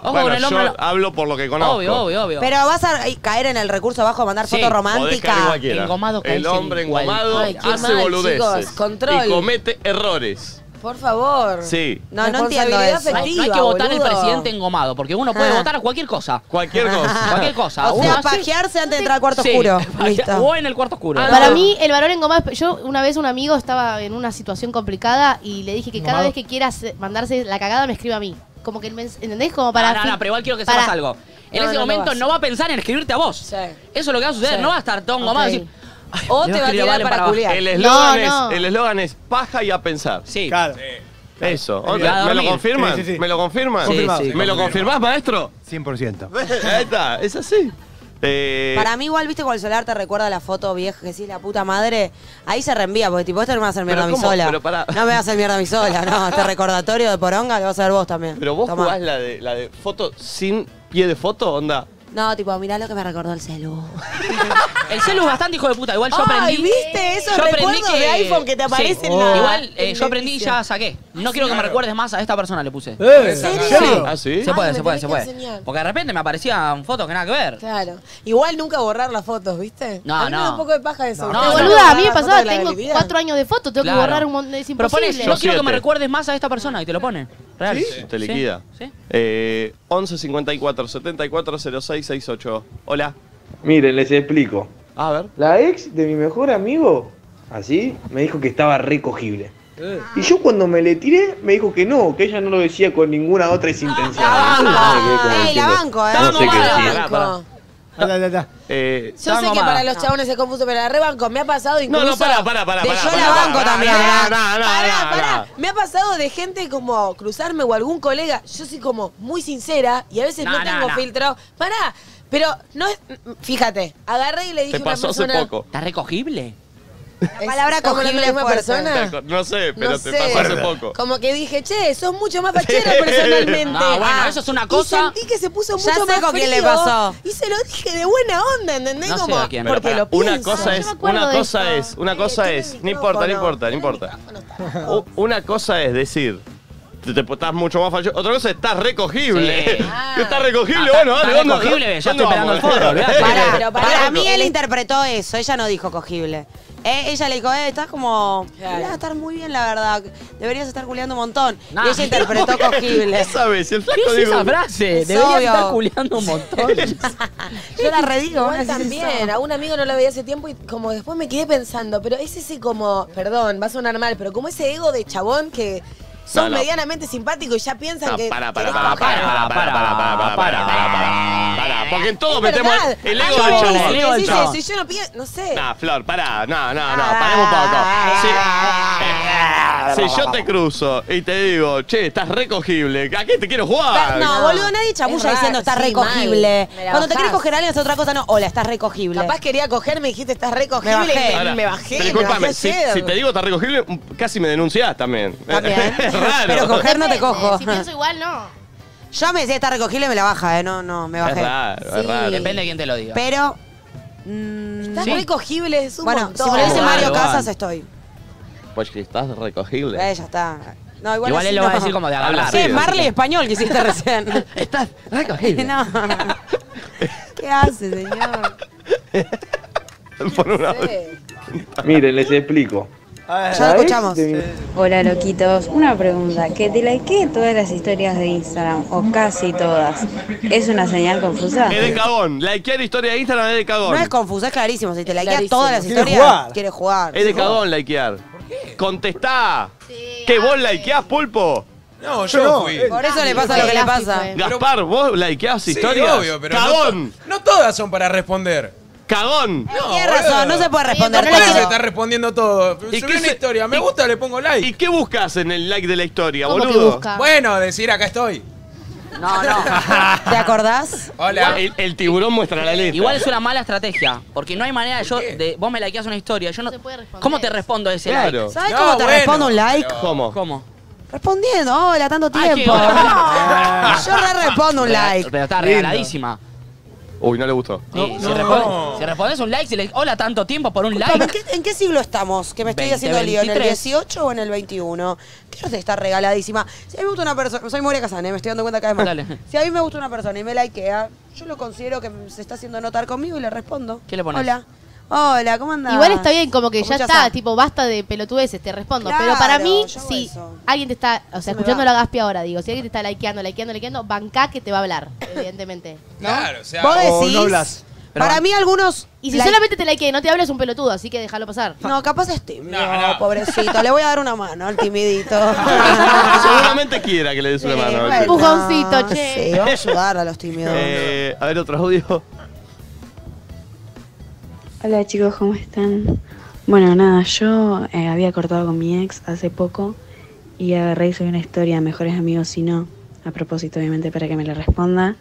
Ojo Bueno, con el hombre. yo hablo por lo que conozco. Obvio, obvio, obvio. Pero vas a eh, caer en el recurso bajo a mandar Sí, foto Podés caer romántica. cualquiera. Engomado cae el hombre sin igual. engomado Ay, qué hace mal, boludeces chicos, control. y comete errores. Por favor. Sí, No, no entiendo Responsabilidad eso. Ay, no hay que Activa, votar el boludo. Ah. presidente engomado, porque uno puede votar a cualquier cosa. cualquier cosa. Cualquier cosa. O Uno sea, hace- pajearse antes de entrar al cuarto Sí, oscuro. paje- Listo. O en el cuarto oscuro. Para mí, el varón engomado. es- Yo una vez un amigo estaba en una situación complicada y le dije que cada Engomado. vez que quieras eh, mandarse la cagada me escriba a mí. Como que, el mens- ¿entendés? Como para... Pará, fi- pará, pero igual quiero que para- sepas algo. En No, ese no lo momento hace. no va a pensar en escribirte a vos. Sí. Eso es lo que va a suceder. Sí. No va a estar todo engomado y Ok. decir, "Ay, O me te va va a escribir tirar Valen para abajo". culiar. El eslogan no. es, el eslogan es paja y a pensar. Sí. Claro. Eso. Claro. Ok, Y a ¿Me lo dormir. confirman? Sí, sí, sí. ¿Me lo confirman? Confirmado. Sí, sí, ¿Me lo confirmás, maestro? 100%. Ahí está, es así. Eh, Para mí igual, viste, cuando el celular te recuerda la foto vieja que sí, la puta madre, ahí se reenvía, porque tipo, esto no me va a hacer mierda Pero a mí ¿cómo? sola. Pero pará. No me va a hacer mierda a mí sola, no. Este recordatorio de poronga lo vas a ver vos también. Pero vos Tomá. jugás la de, la de foto sin pie de foto, onda. No, tipo, mirá lo que me recordó el celu. El celu es bastante hijo de puta. Igual yo aprendí. Ay, ¿viste? Esos yo aprendí recuerdos de iPhone que te aparecen Sí. en la- Igual eh, en yo la aprendí y noticia. ya saqué. No quiero que me recuerdes más a esta persona, le puse. Eh, ¿En serio? serio? ¿Ah, sí? Se Ay, puede, me se puede, tenés que se puede. enseñar. Porque de repente me aparecían fotos que nada que ver. Claro. Igual nunca borrar las fotos, ¿viste? No, a mí Me da no. un poco de paja eso. No, Pero, no. boluda, a mí me pasaba, tengo cuatro años de fotos, tengo Claro. que borrar un montón, es Pero pones, imposible. no Yo quiero que me siete. recuerdes más a esta persona y te lo pone. Real. Sí, Te liquida. Sí. Eh, 11 54 74 06 68. Hola. Miren, les explico. A ver. La ex de mi mejor amigo, así, me dijo que estaba recogible. Y yo cuando me le tiré, me dijo que no, que ella no lo decía con ninguna otra intención. Ey, la banco, eh. No sé qué Pará, decir. Pará, pará. banco. Ah, da, da, da. Eh, Yo sé que mamá. para los chabones es confuso, pero la rebanco me ha pasado incluso. no, pará, pará, pará, de pará, yo pará, la pará, banco pará, también. pará, ¿eh? pará, pará, Pará, pará. pará. Me ha pasado de gente como cruzarme o algún colega. Yo soy como muy sincera y a veces no, No, no, tengo no. filtro. Pará, pero no es. Fíjate, agarré y le dije te a una pasó hace persona. poco. ¿Está recogible? ¿Es- palabra estamos hablando de la cogible misma fuerte. persona? Te aco- No sé, pero No te sé. pasó hace poco. Como que dije, che, sos mucho más fachero personalmente. Ah, No, bueno, eso es una cosa. Y sentí que se puso mucho Ya sé más con quién le frío, pasó. Y se lo dije de buena onda, ¿entendés? No sé Como, a quién. Pero Porque pará, lo una pienso. cosa yo es, me acuerdo una de cosa esto. es, una cosa Tiene es, el no importa, no micrófono. importa, no Tiene el importa. micrófono. U- Una cosa es decir, te, te- estás mucho más fallo. Otra cosa, estás recogible. Sí. Que estás recogible, Ah, bueno, estás dale, ¿dónde- recogible, ya dónde estoy pelando vamos? el forro, olvidate. Pará, Pero pará, para loco. mí él interpretó eso, ella no dijo cogible. Eh, ella le dijo, eh, estás como. Claro. Mirá, estás muy bien, la verdad. Deberías estar culeando un montón. Nah. Y ella interpretó cogible. ¿Qué sabes? Si el flaco ¿Qué es dijo- esa frase? Es Deberías obvio. estar culeando un montón. Yo la redigo. Igual ¿no es también, Ah, eso? a un amigo no lo veía hace tiempo y como después me quedé pensando, pero es ese como, perdón, va a sonar mal, pero como ese ego de chabón que son No, no. medianamente simpáticos y ya piensan No, que... para, para, querés para, para, coger. para, para, para, para, para, para, para, para, para. Porque en todo metemos verdad. el Hay ego del veces chabón. que El chabón. ego del decís chabón. eso y yo no pienso, no sé. Nah, Flor, pará, no, no, no, paremos un Ah. poco. Sí. Si yo te cruzo y te digo, che, estás recogible, ¿a qué te quiero jugar? No, boludo, nadie Es chamulla raro, diciendo estás sí, recogible. mal. Me la Cuando te bajás. querés coger a alguien es otra cosa, no. Hola, estás recogible. Capaz quería coger, me dijiste, estás recogible Me bajé. y Ahora, me, me bajé. pero me disculpame, bajé si, ayer. si te digo estás recogible, un- casi me denunciás también. También. es raro. Pero coger no te Depende, Eh, cojo. Si pienso igual, no. Yo me decía estás recogible, me la baja, eh. No, no, me es bajé. raro, es Sí. raro. Depende de quién te lo diga. Pero. mm, Estás Sí. recogible, es un bueno, montón. si me lo dice Igual, Mario igual. Casas, estoy. Pues que estás recogible. Eh, ya está. No, igual, Igual así él lo no. va a decir como de Habla hablar. así, Sí, Marley español que hiciste recién. Estás recogible. no. ¿Qué hace, señor? Por una- Miren, les explico. Ya lo escuchamos. De mi- Hola loquitos, una pregunta, que te likee todas las historias de Instagram, o casi todas, ¿es una señal confusa? Es de cagón. Likear historia de Instagram es de cagón. No es confuso, es clarísimo. Si te likea clarísimo. todas las Quiere historias, jugar. quiere jugar. Es de cagón likear. Contestá. ¿Que vos likeás, Pulpo? No, yo Yo no. fui. eh, Por eso le pasa lo que le pasa. eh. Gaspar, ¿vos likeás Sí, historias? obvio, pero no ¡Cagón! to- No, todas son para responder. ¡Cagón! No, Tiene boludo. razón, no se puede responder no Ahora se todo. está respondiendo todo. Subí ¿Y qué una se- historia, me y- gusta, le pongo ¿Y like. qué buscas en el like de la historia, ¿Cómo que boludo? busca? Bueno, decir acá estoy. No, no. ¿Te acordás? Hola. El, el tiburón muestra la letra. Igual es una mala estrategia, porque no hay manera de yo. De, vos me likeás una historia, yo no. ¿Cómo te respondo a ese Claro. like? ¿Sabés cómo te respondo un like? ¿Cómo? ¿Cómo? Respondiendo, hola, tanto Ay, qué tiempo. bueno. Yo le respondo un Pero- like. Pero está Lindo. regaladísima. Uy, no le gustó. Sí, si, respondes, si respondes un like, si le hola tanto tiempo por un Disculpame, like. ¿En qué, en qué siglo estamos? Que me estoy 20, haciendo lío. ¿En el 23? 18 o en el 21? ¿Qué no te está regaladísima? Si a mí me gusta una persona, soy Moria Casane, me estoy dando cuenta cada vez más. Dale. Si a mí me gusta una persona y me likea, yo lo considero que se está haciendo notar conmigo y le respondo. ¿Qué le pones? Hola. Hola, ¿cómo andás? Igual está bien, como que Con ya mucha está, sal. tipo, basta de pelotudeces, te respondo. Claro, Pero para mí, yo hago si eso. alguien te está, o Se sea, me escuchando va. la gaspi ahora, digo, si alguien te está likeando, likeando, likeando, bancá que te va a hablar, evidentemente. Claro, o sea. Vos o decís. no hablas. para mí algunos. Y si like- solamente te likea y no te habla, es un pelotudo, así que déjalo pasar. No, capaz es tímido, No, no. pobrecito. Le voy a dar una mano al timidito. Seguramente quiera que le des una mano. Bueno, al chico. Empujoncito, che. Sí, vamos a ayudar a los tímidos. Eh, a ver, otro audio. Hola chicos, ¿cómo están? Bueno, nada, yo eh, había cortado con mi ex hace poco y agarré y subí una historia, mejores amigos si no, a propósito obviamente para que me le responda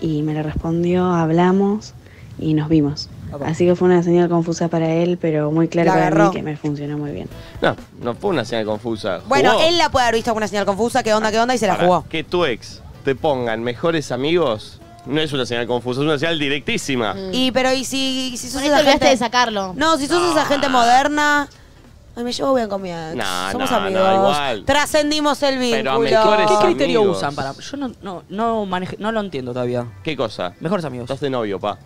y me le respondió, hablamos y nos vimos. Así que fue una señal confusa para él, pero muy clara La para agarró. mí que me funcionó muy bien. No, no fue una señal confusa. Bueno, Jugó. él la puede haber visto con una señal confusa, qué onda, qué onda, y se la Pará, jugó. Que tu ex te pongan mejores amigos no es una señal confusa, es una señal directísima. Mm. Y pero y si, y si sos Por ahí esa te olvidaste gente. de sacarlo. No, si sos Ah. esa gente moderna. Ay, me llevo bien con mi ex. No, Somos no, no, amigos. igual. Trascendimos el Pero a vínculo. mejores ¿Qué criterio amigos. usan para.? Yo no, no, no, maneje- no lo entiendo todavía. ¿Qué cosa? Mejores amigos. Estás de novio, pa.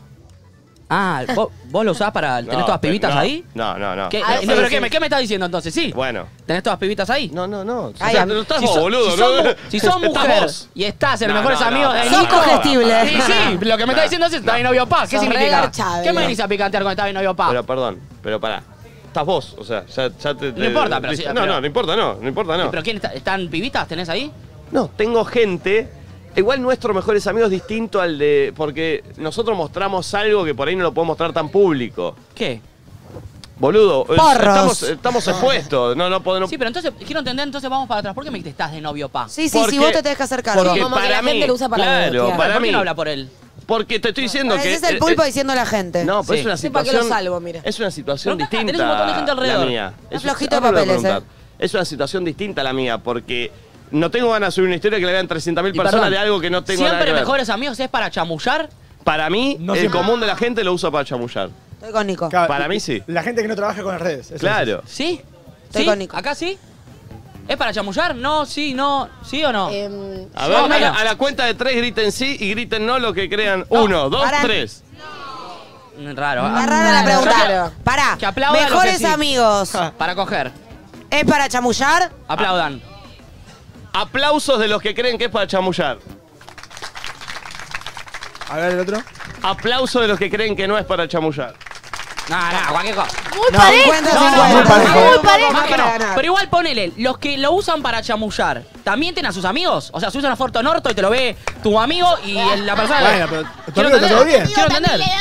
Ah, ¿vos, vos lo usás para. ¿Tenés No, todas pero- pibitas no, ahí? No, no, no. ¿Qué, No, Ah, eh, pero- no, pero ¿qué, me- qué me estás diciendo entonces? Sí. Bueno. ¿Tenés todas pibitas ahí? No, no, no. Ay, o sea, am- no estás Si vos, so- boludo, si ¿no? son, mu- si son Estás mujer vos. y estás en No, mejores no, no, amigos de pará, Sos pará, Nico. pará, cogestible. pará. Sí, sí, lo que me está diciendo es está de novio pa. ¿Qué Sos significa? regarchable. ¿Qué me venís a picantear cuando está de novio pa? Pero perdón, pero pará. Estás vos, o sea, ya, ya te, te- importa, pero sí, No, pero- no, no importa, no, no importa, no. ¿Pero quién está? ¿Están pibitas? ¿Tenés ahí? No, tengo gente. Igual nuestro mejores amigos es distinto al de. Porque nosotros mostramos algo que por ahí no lo podemos mostrar tan público. ¿Qué? Boludo, eh, Porros. estamos, estamos expuestos. No, no podemos. Sí, pero entonces quiero entender, entonces vamos para atrás. ¿Por qué me dijiste estás de novio pa? Sí, sí, Porque- si vos te tenés que hacer cargo. porque Como que para la mí, gente lo usa para Claro, divertirse. para ¿Por mí. qué no habla por él? Porque te estoy diciendo que. Ese es el pulpo diciendo a la gente. No, pero Sí. es una Sí, para que lo situación. salvo, mira. Es una situación Pero acá distinta. tenés un montón de gente alrededor. La mía. Es Eso- flojito de ahora lo voy a papeles, preguntar. eh. Es una situación distinta a la mía, porque no tengo ganas de subir una historia que la vean 300.000 Y personas perdón, de algo que no tengo nada que Siempre ver. mejores amigos es para chamullar. Para mí, No el siempre. común de la gente lo usa para chamullar. Estoy con Nico. Claro, Para mí sí. La gente que no trabaja con las redes. eso Claro. ¿Sí? Estoy ¿Sí? con Nico. ¿Acá sí? ¿Es para chamullar? No, sí, no. ¿Sí o no? Em, A Sí, más ver, a o la, menos. a la cuenta de tres griten sí y griten no lo que crean. No, Uno, dos, pará. tres. Raro. Es ah. rara la Yo pregunta. quiero- Pará. Que aplaudan los Mejores que sí. amigos. Para coger. ¿Es para chamullar? Aplaudan. Aplausos de los que creen que es para chamullar. es. A ver el otro. Aplausos de los que creen que no es para chamullar. No, no, cualquier cosa. Muy No, parejo. encuentro No, no, cincuenta. muy parejo. Muy parejo. Más que para no. ganar. Pero igual ponele, los que lo usan para chamullar, ¿también tienen a sus amigos? O sea, subís una foto norto y te lo ve tu amigo y el- la persona. Bueno, pero tu Quiero amigo está todo entender, bien. Quiero entender. Quiero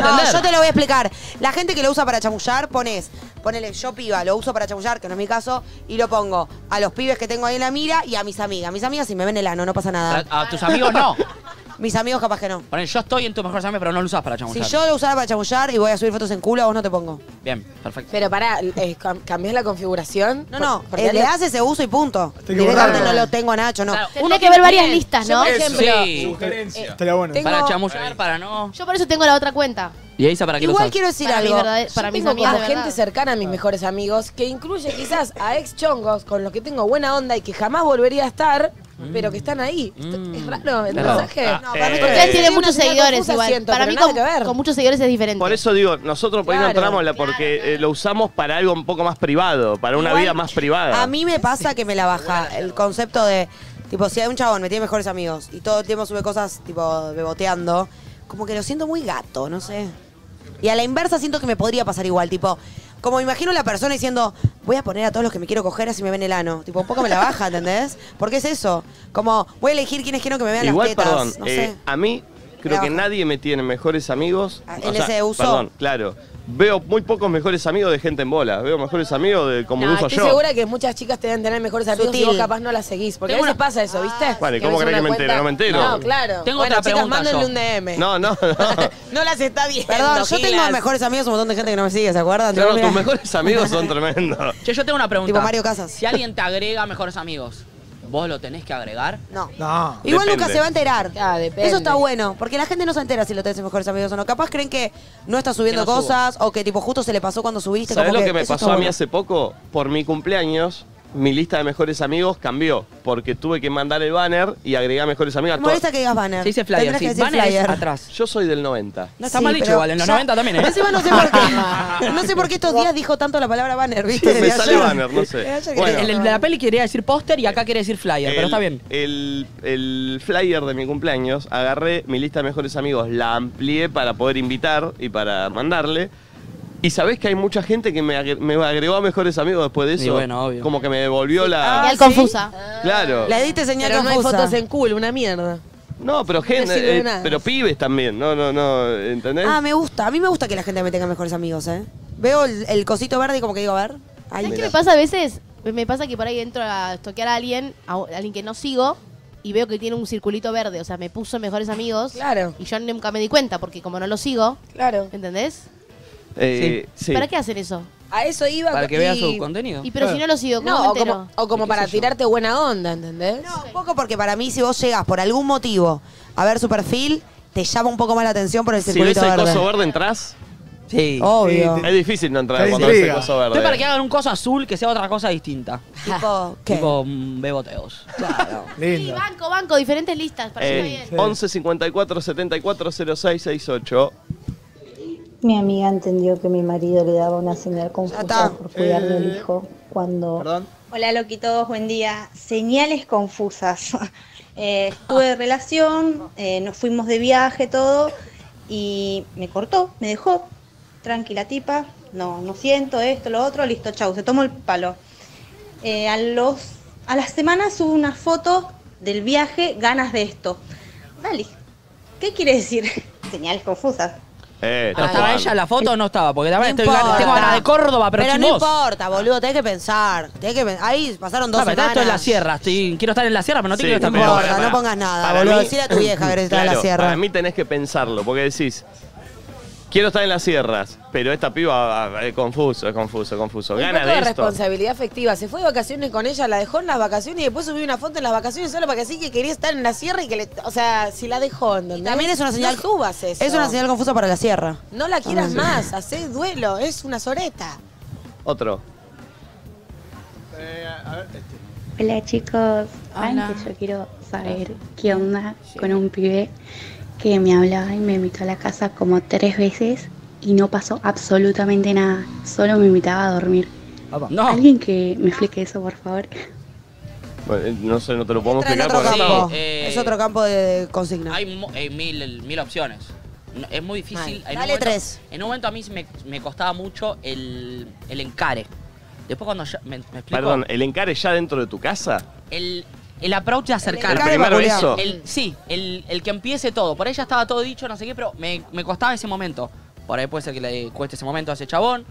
No, entender. yo te lo voy a explicar. La gente que lo usa para chamullar, pones, ponele, yo piba, lo uso para chamullar, que no es mi caso, y lo pongo a los pibes que tengo ahí en la mira y a mis amigas. Mis amigas si me ven el ano, no pasa nada. A, a tus amigos no. Mis amigos capaz que no. Ponen, yo estoy en tus mejores amigos, pero no lo usás para chamullar. Si yo lo usara para chamullar y voy a subir fotos en culo, a vos no te pongo. Bien, perfecto. Pero pará, eh, cam- ¿cambiás la configuración? No, no, Porque eh, le algo- das ese uso y punto. que Directamente no borrarlo. lo tengo a Nacho, no. Claro. Tendría que ver varias listas, Yo, ¿no? por ejemplo, sí. Sugerencia. Estaría bueno. Tengo- Para chamullar, para no. Yo por eso tengo la otra cuenta. ¿Y Isa para qué lo Igual usás? quiero decir Para mi algo. verdad- para yo mis tengo amigas como de gente verdad. cercana a Ah. mis mejores amigos, que incluye quizás a ex chongos con los que tengo buena onda y que jamás volvería a estar, pero que están ahí. Esto- Mm. Es raro el Mm. Claro. mensaje. Ah, No, para mí eh, porque Ustedes tienen Sí, muchos una señal seguidores confusa igual. siento, para pero mí nada con, que ver. con muchos seguidores es diferente. Por eso digo, nosotros por ahí no Claro. entramos en la- porque eh, lo usamos para algo un poco más privado, para una Igual, vida más privada. A mí me pasa que me la baja el concepto de, tipo, si hay un chabón, me tiene mejores amigos y todo el tiempo sube cosas, tipo, beboteando, como que lo siento muy gato, no sé. Y a la inversa siento que me podría pasar igual, tipo, como imagino la persona diciendo, voy a poner a todos los que me quiero coger así me ven el ano. Tipo, un poco me la baja, ¿entendés? Porque es eso. Como, voy a elegir quiénes quiero que me vean Igual, las tetas. perdón, no eh, sé. a mí Creo que Abajo. nadie me tiene mejores amigos. Ah, O él sea, ese usó. Perdón, claro. Veo muy pocos mejores amigos de gente en bola. Veo mejores amigos de como Nah, lo uso estoy yo. segura que muchas chicas te deben tener mejores amigos y Sutil. vos capaz no las seguís. Porque a veces pasa eso, ¿viste? Ah, Vale, ¿cómo ves crees que una me entero? cuenta- No me entero. No, claro. Tengo bueno, otra chicas, pregunta mándenle yo. un DM. No, no, no. No las está viendo. Perdón, yo tengo Gilas. mejores amigos, un montón de gente que no me sigue, ¿se acuerdan? Claro, Tipo, tus mira, mejores amigos son tremendos. Che, yo tengo una pregunta. Tipo Mario Casas. Si alguien te agrega mejores amigos, ¿vos lo tenés que agregar? No. No. Igual Depende. nunca se va a enterar. Ah, depende. Eso está bueno, porque la gente no se entera si lo tenés en mejores amigos o no. Capaz creen que no está subiendo Que no subo. cosas o que tipo justo se le pasó cuando subiste. ¿Sabés como lo que me eso pasó está a mí bueno. hace poco? Por mi cumpleaños, mi lista de mejores amigos cambió. Porque tuve que mandar el banner y agregar mejores amigos. a Me todos. molesta que digas banner. Se dice flyer, Tendrás sí. que decir Banner es flyer. atrás. Yo soy del 90. No, Está sí, mal dicho, pero igual, en los ya- 90 también, ¿eh? Encima no sé por qué. No sé por qué estos días dijo tanto la palabra banner, ¿viste? Me De sale ayer. banner, no sé. De ayer que- Bueno. El- el- la peli quería decir póster y acá quiere decir flyer, pero está bien. El, el flyer de mi cumpleaños, agarré mi lista de mejores amigos, la amplié para poder invitar y para mandarle. Y sabés que hay mucha gente que me, agre- me agregó a mejores amigos después de Y eso. bueno, obvio. Como que me devolvió la. Ah, Real confusa. Claro. La ediste señal Pero no hay confusa. fotos en cool, una mierda. No, pero gente. sirve de eh, nada. pero pibes también, no, no, no. ¿Entendés? Ah, me gusta. A mí me gusta que la gente me tenga mejores amigos, ¿eh? Veo el, el cosito verde y como que digo, a ver. Ahí. ¿Sabes qué me pasa a veces? Me pasa que por ahí entro a estoquear a alguien, a o- a alguien que no sigo, y veo que tiene un circulito verde. O sea, me puso mejores amigos. Claro. Y yo nunca me di cuenta porque como no lo sigo, Claro. ¿entendés? Eh, sí. ¿Para qué hacen eso? A eso iba. Para que veas y- su contenido. Y pero si no lo sigo, ¿cómo No, me o entero? como, o como para tirarte buena onda, ¿entendés? No, un poco porque para mí, si vos llegas por algún motivo a ver su perfil, te llama un poco más la atención por el Si circulito ves el verde. coso verde, entras. Sí. Obvio. Sí, Es difícil no entrar Te cuando ves el intriga. coso Estoy para que verde. hagan un coso azul que sea otra cosa distinta. Tipo, ¿qué? Tipo mm, beboteos. Sí, Lindo. banco, banco, diferentes listas. Para mí Eh, está bien. 11 54 74 06 68. Mi amiga entendió que mi marido le daba una señal está. confusa por cuidar del Eh, hijo cuando... Perdón. Hola loquitos, buen día. Señales confusas. Eh, estuve de relación, eh, nos fuimos de viaje, todo, y me cortó, me dejó. Tranquila tipa, no, no siento esto, lo otro, listo, chau, se tomó el palo. Eh, a, los, a las semanas subo una foto del viaje, ganas de esto. Dale, ¿qué quiere decir? Señales confusas. Eh, Pero estás ¿Estaba jugando. ella en la foto o no estaba? Porque la No verdad estoy importa. gan- tengo ganas de Córdoba, pero, Pero chicos. no importa, boludo, tenés que pensar. Tenés que pen- Ahí pasaron dos No, pero está semanas. esto en la sierra. estoy- quiero estar en la sierra, pero no te Sí, quiero No estar pero pegado. importa, para- no pongas nada, para boludo. mí- Decirle a tu vieja que está en la Claro, sierra. Para mí tenés que pensarlo, porque decís, quiero estar en las sierras, pero esta piba ah, es confuso, es confuso, confuso. un Gana poco de de esto. responsabilidad afectiva. Se fue de vacaciones con ella, la dejó en las vacaciones y después subí una foto en las vacaciones solo para que sí que quería estar en la sierra y que le. O sea, si la dejó, ¿entendés? Y también es una señal. No subas eso. Es una señal confusa para la sierra. No la quieras más, hacé duelo, es una soreta. Otro. Eh, a ver, este. Hola chicos, saben que yo quiero saber qué onda con un pibe que me hablaba y me invitó a la casa como tres veces y no pasó absolutamente nada, solo me invitaba a dormir. No. Alguien que me explique eso, por favor. Bueno, eh, no sé, no te lo podemos Entra en explicar otro porque Sí, campo. eh, Es otro campo de consigna. Hay, mu- hay mil, mil opciones. No, Es muy difícil. Mal. En un Dale momento- tres. En un momento a mí me, me costaba mucho el, el encare. Después cuando ya, me, me explico, Perdón, ¿el encare ya dentro de tu casa? El, el approach de acercar. ¿El encare primero peculiar. eso? El- sí, el, el que empiece todo. Por ahí ya estaba todo dicho, no sé qué, pero me, me costaba ese momento. Por ahí puede ser que le cueste ese momento a ese chabón.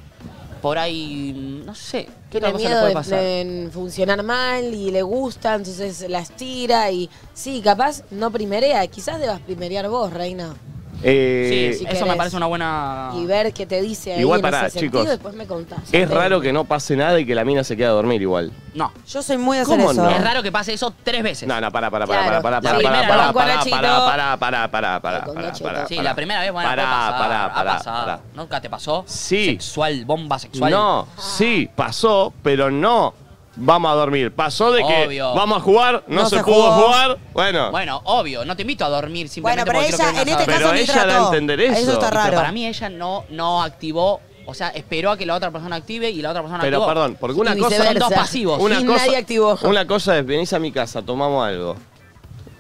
Por ahí, mm, no sé, ¿qué otra Tiene cosa le miedo puede de, pasar? de funcionar mal y le gusta, entonces las tira y. Sí, capaz no primerea, quizás debas primerear vos, Reina. Eh, sí, sí, si eso me querés. parece una buena... Y ver qué te dice ahí Igual en pará, ese chicos. sentido, después me contás. Es raro que no pase nada y que la mina se quede a dormir igual. No, Yo soy muy de hacer ¿Cómo eso. no? es raro que pase eso tres veces. No, no, para, para, Claro. para, para, para, La primera, para, para, banco a para, Nachito. para, para, para, para, para, Banco a para, Nachito. para, Sí, para. la primera vez, bueno, Ah, Pará, puede pasar, pará, ha pará, pasado. pará. ¿Nunca te pasó? Sí. Sexual, bomba sexual. No, sí, pasó, pero no. Vamos a dormir. Pasó de que Obvio. vamos a jugar, no, No se, se pudo jugó. jugar. Bueno, Bueno, obvio, no te invito a dormir Bueno, simplemente pero porque quiero ella, que en vengas a este dormir. caso, Pero ni ella da a trató. entender eso. Eso está Pero Pero raro. para mí ella no, no activó, o sea, esperó a que la otra persona active y la otra persona pero activó. perdón, porque una Y cosa. Son dos viceversa. pasivos. Una Y cosa, nadie activó. Una cosa es venís a mi casa, tomamos algo.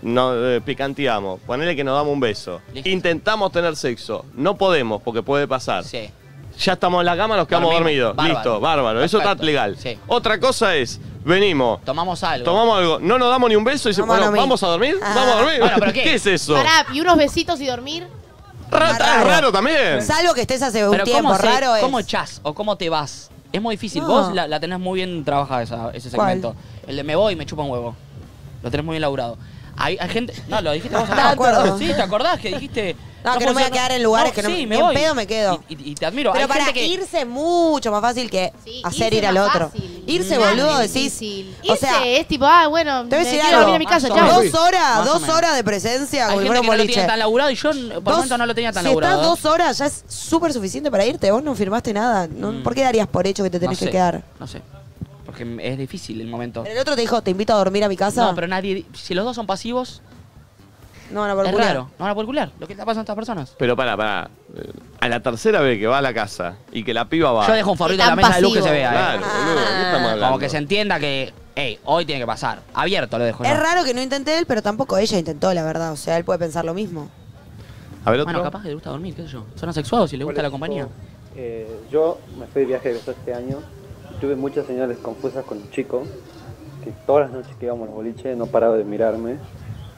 No, eh, picanteamos, ponele que nos damos un beso. Listo. Intentamos tener sexo, no podemos porque puede pasar. Sí. Ya estamos en la cama, nos quedamos Dormimos. dormidos. Bárbaro. Listo, bárbaro. Eso está Perfecto. legal. Sí. Otra cosa es, venimos. Tomamos algo. Tomamos algo. No nos damos ni un beso y se Vamos a bueno, dormir. vamos a dormir. Ah. Vamos a dormir. Bueno, pero ¿qué? es eso? Pará, y unos besitos y dormir. Raro, raro también. Salvo que estés hace un Pero tiempo, ¿cómo se- raro eh, es. ¿Cómo echás o cómo te vas? Es muy difícil. No. Vos la, la tenés muy bien trabajada esa- ese ¿Cuál? segmento. El de me voy y me chupa un huevo. Lo tenés muy bien laburado. Hay, hay gente. No, lo dijiste vos No, acá. me acuerdo. Sí, ¿te acordás que dijiste. No, que no me voy a funciona- quedar en lugares que no- sí, me ni en voy. pedo me quedo. Y, y- y te admiro. Pero hay para gente que. irse es mucho más fácil que hacer irse ir al más otro. fácil. Irse, Mm. boludo, Ah, es decís. difícil. O sea, Irse es tipo, ah, bueno, te voy a me decir quiero algo. venir a mi casa, Más chao. o menos. Dos horas, dos horas de presencia, Hay volver a gente que un no lo boliche. tiene tan laburado y yo eh, por Dos- momento no lo tenía tan si laburado. estás dos horas ya es súper suficiente para irte. Vos no firmaste nada. No, ¿Por qué darías por hecho que te tenés Mm. no sé, que quedar? No sé. Porque es difícil el momento. Pero el otro te dijo, te invito a dormir a mi casa. No, pero nadie. Si los dos son pasivos, No van a es poder culiar. raro. No van a poder culiar, Lo que está pasando a estas personas. Pero para, para. A la tercera vez que va a la casa y que la piba va. Yo dejo un forrito en la mesa de luz que se vea. Claro, boludo, ¿de qué Ah. estamos eh. hablando? Como que se entienda que, hey, hoy tiene que pasar. Abierto lo dejo. yo. Es raro que no intente él, pero tampoco ella intentó, la verdad. O sea, él puede pensar lo mismo. A ver, Bueno, capaz que le gusta dormir, qué sé yo. Son asexuados y le gusta la compañía. Eh, yo me fui de viaje egresado este año y tuve muchas señales confusas con un chico que todas las noches que íbamos al boliche no paraba de mirarme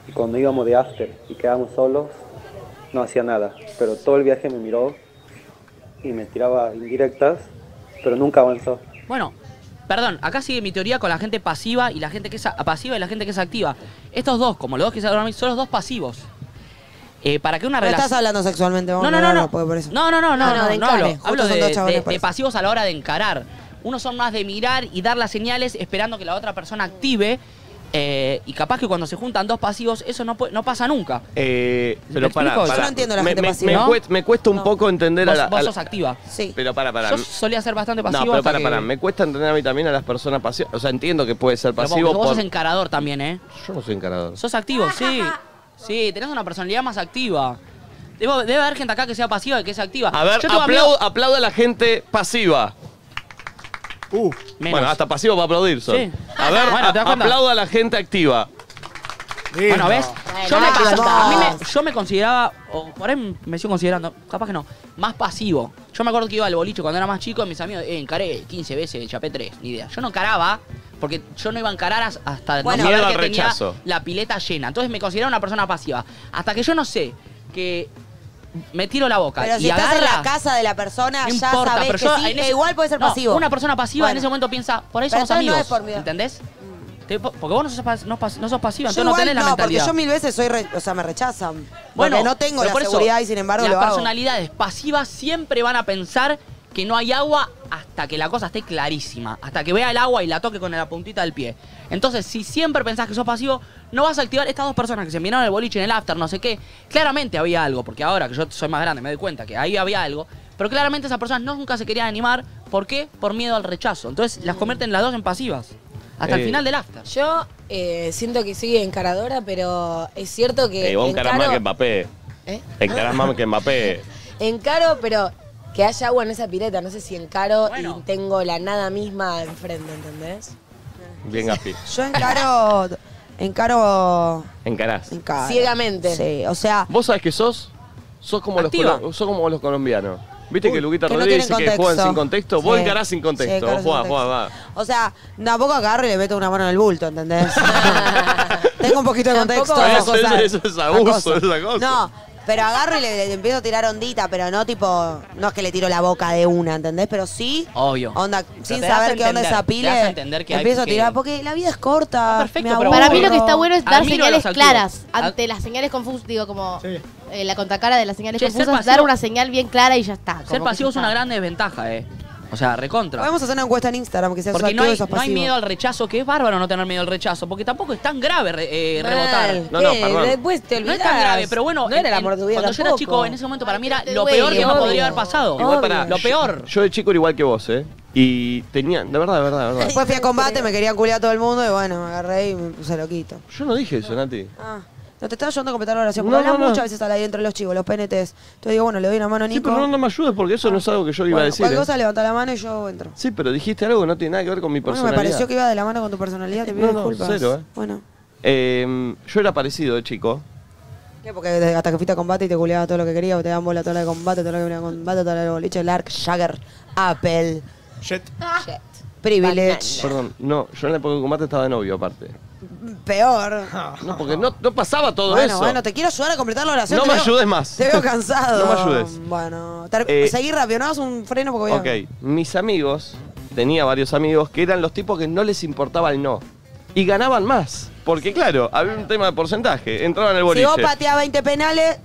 y cuando íbamos de after y quedábamos solos no hacía nada, pero todo el viaje me miró y me tiraba indirectas, pero nunca avanzó. Bueno, perdón, acá sigue mi teoría con la gente pasiva y la gente que es a- pasiva y la gente que es activa. Estos dos, como los dos que se dormir, son los dos pasivos. Eh, para que una No relación. estás hablando sexualmente, vamos No, no, a no, hablarlo, no. porque por eso. Ah, No, no, no, no, No, no, no, de no encare. hablo, Justo hablo son de, dos chabones, de- por de eso. pasivos a la hora de encarar. Unos son más de mirar y dar las señales esperando que la otra persona active. eh, y capaz que cuando se juntan dos pasivos, eso no, pu- no pasa nunca. Eh, pero para, explico? Yo para. no entiendo a la me, gente me- pasiva. me ¿No? cuesta, me cuesta un poco entender a Vos- la. vos a la- sos activa. Sí. Pero para, para. Yo solía ser bastante pasivo. No, pero hasta para, que- para. Me cuesta entender a mí también a las personas pasivas. O sea, entiendo que puede ser Pero vos- pasivo. vos por- sos encarador también, ¿eh? Yo no soy encarador. Sos activo, sí. Sí, tenés una personalidad más activa. Debo- debe haber gente acá que sea pasiva y que sea activa. A ver, Yo tengo aplaudo, amigos- aplaudo a la gente pasiva. menos. Bueno, hasta pasivo va a aplaudir. son. Sí. A ver, Bueno, a- ¿te das cuenta? aplaudo a la gente activa. Bueno, ¿ves? Yo me, Bueno, pasaba- a mí vamos. me- yo me consideraba, o por ahí me sigo considerando, capaz que no, más pasivo. Yo me acuerdo que iba al boliche cuando era más chico y mis amigos, eh, encaré 15 veces, chapé 3, ni idea. Yo no encaraba porque yo no iba a encarar as- hasta Bueno. no Miedo saber al que tenía rechazo. la pileta llena. Entonces me consideraba una persona pasiva. Hasta que yo no sé que me tiro la boca Pero y si estás en la agarra- casa de la persona, No ya importa, sabés pero que yo sí, en ese- e igual puede ser No, pasivo. Una persona pasiva Bueno. en ese momento piensa, por ahí Pero somos entonces no amigos. es por miedo. ¿Entendés? Te- Porque vos no sos, pas- no pas- no sos pasiva, Yo entonces no igual tenés la no, porque mentalidad. yo mil veces soy, re- o sea, me rechazan. Bueno, Bueno, porque no tengo pero la por eso, seguridad y sin embargo las lo hago. personalidades pasivas siempre van a pensar que no hay agua hasta que la cosa esté clarísima, hasta que vea el agua y la toque con la puntita del pie. Entonces, si siempre pensás que sos pasivo, no vas a activar estas dos personas que se miraron el boliche en el after, no sé qué. Claramente había algo, porque ahora que yo soy más grande me doy cuenta que ahí había algo, pero claramente esas personas no- nunca se querían animar, ¿por qué? Por miedo al rechazo. Entonces, las convierten las dos en pasivas hasta el Eh. final del after. Yo eh, siento que soy encaradora, pero es cierto que Eh, vos encarás más que encaro, Mbappé. ¿Eh? Encarás más que Mbappé. encaro, pero que haya agua en esa pileta. No sé si encaro y tengo la nada misma enfrente, ¿entendés? Bien, Gaspi. Yo encaro. encaro. Encarás. encaro. Ciegamente. Sí, este, o sea. ¿Vos sabés qué sos? Sos como, los, Activa. colo- sos como los colombianos. ¿Viste que Luquita que no Rodríguez tienen dice que juegan contexto. sin contexto? Vos Sí. encarás sin Sí, contexto. encaro vos sin jugás, contexto. jugás, jugás. O sea, tampoco agarro y le meto una mano en el bulto, ¿entendés? Tengo un poquito de contexto. Eso- esas eso- cosas. eso es abuso, Acoso. eso es acoso. No, pero agarro y le, le empiezo a tirar ondita, pero no tipo, no es que le tiro la boca de una, ¿entendés? Pero sí, Obvio. onda, Oh. Pero sin te das a saber qué onda entender, esa te das a pile, entender que hay- empiezo a que- Ah, tirar, porque la vida es corta. me pero aburro. Para mí lo que está bueno es dar Admiro a los señales activos. claras. Ante las señales confusas, digo, como eh, la contracara de las señales Che, ser confusas, pasivo- dar una señal bien clara y ya está. Ser como que pasivo ya es una está. gran desventaja, ¿eh? O sea, recontra. Podemos hacer una encuesta en Instagram que sea Porque activo no hay, y sos no hay pasivo. miedo al rechazo, que es bárbaro no tener miedo al rechazo, porque tampoco es tan grave re- eh, Mal. rebotar. No, no, Eh, perdón. después te No es tan olvidás. grave, pero bueno, No era el en- amor de tu vida cuando yo era tampoco. chico, en ese momento para mí era te lo duele, peor que me obvio. podría haber pasado. Igual pará, Lo peor. Yo de chico era igual que vos, ¿eh? Y tenía. De verdad, de verdad, de verdad. Después fui a combate, me querían culiar a todo el mundo y bueno, me agarré y me puse loquito. Yo no dije eso, Nati. Ah, no te estaba ayudando a completar la oración, porque No, hablan no, no. muchas veces al aire entre los chicos, los PNTs. Entonces digo, bueno, le doy una mano a Sí, Nico. pero no, no me ayudes porque eso no es algo que yo iba a Bueno, decir. cualquier ¿eh? cosa levanta la mano y yo entro. Sí, pero dijiste algo que no tiene nada que ver con mi Bueno, me personalidad. pareció que iba de la mano con tu personalidad, te pido No, no, disculpas. cero, ¿eh? Bueno. Eh, yo era parecido de chico. ¿Qué? Porque desde- hasta que fuiste a combate y te culeaba todo lo que quería, te dan bola toda la de combate, toda la que venía de combate, toda la de boliche, el Ark, Jagger, Apple. Jet. Privilege. Perdón, no, yo en la época de combate estaba de novio aparte. Peor. No, porque no, no pasaba todo bueno, eso. bueno, te quiero ayudar a completar la oración. No te me veo- ayudes más. Te veo cansado. No me ayudes. Bueno, ter- Eh, seguí rápido, no hagas un freno porque voy a- Ok, mis amigos, tenía varios amigos que eran los tipos que no les importaba el no. Y ganaban más. Porque claro, había un tema de porcentaje. Entraban al Si boliche. vos pateás 20 penales,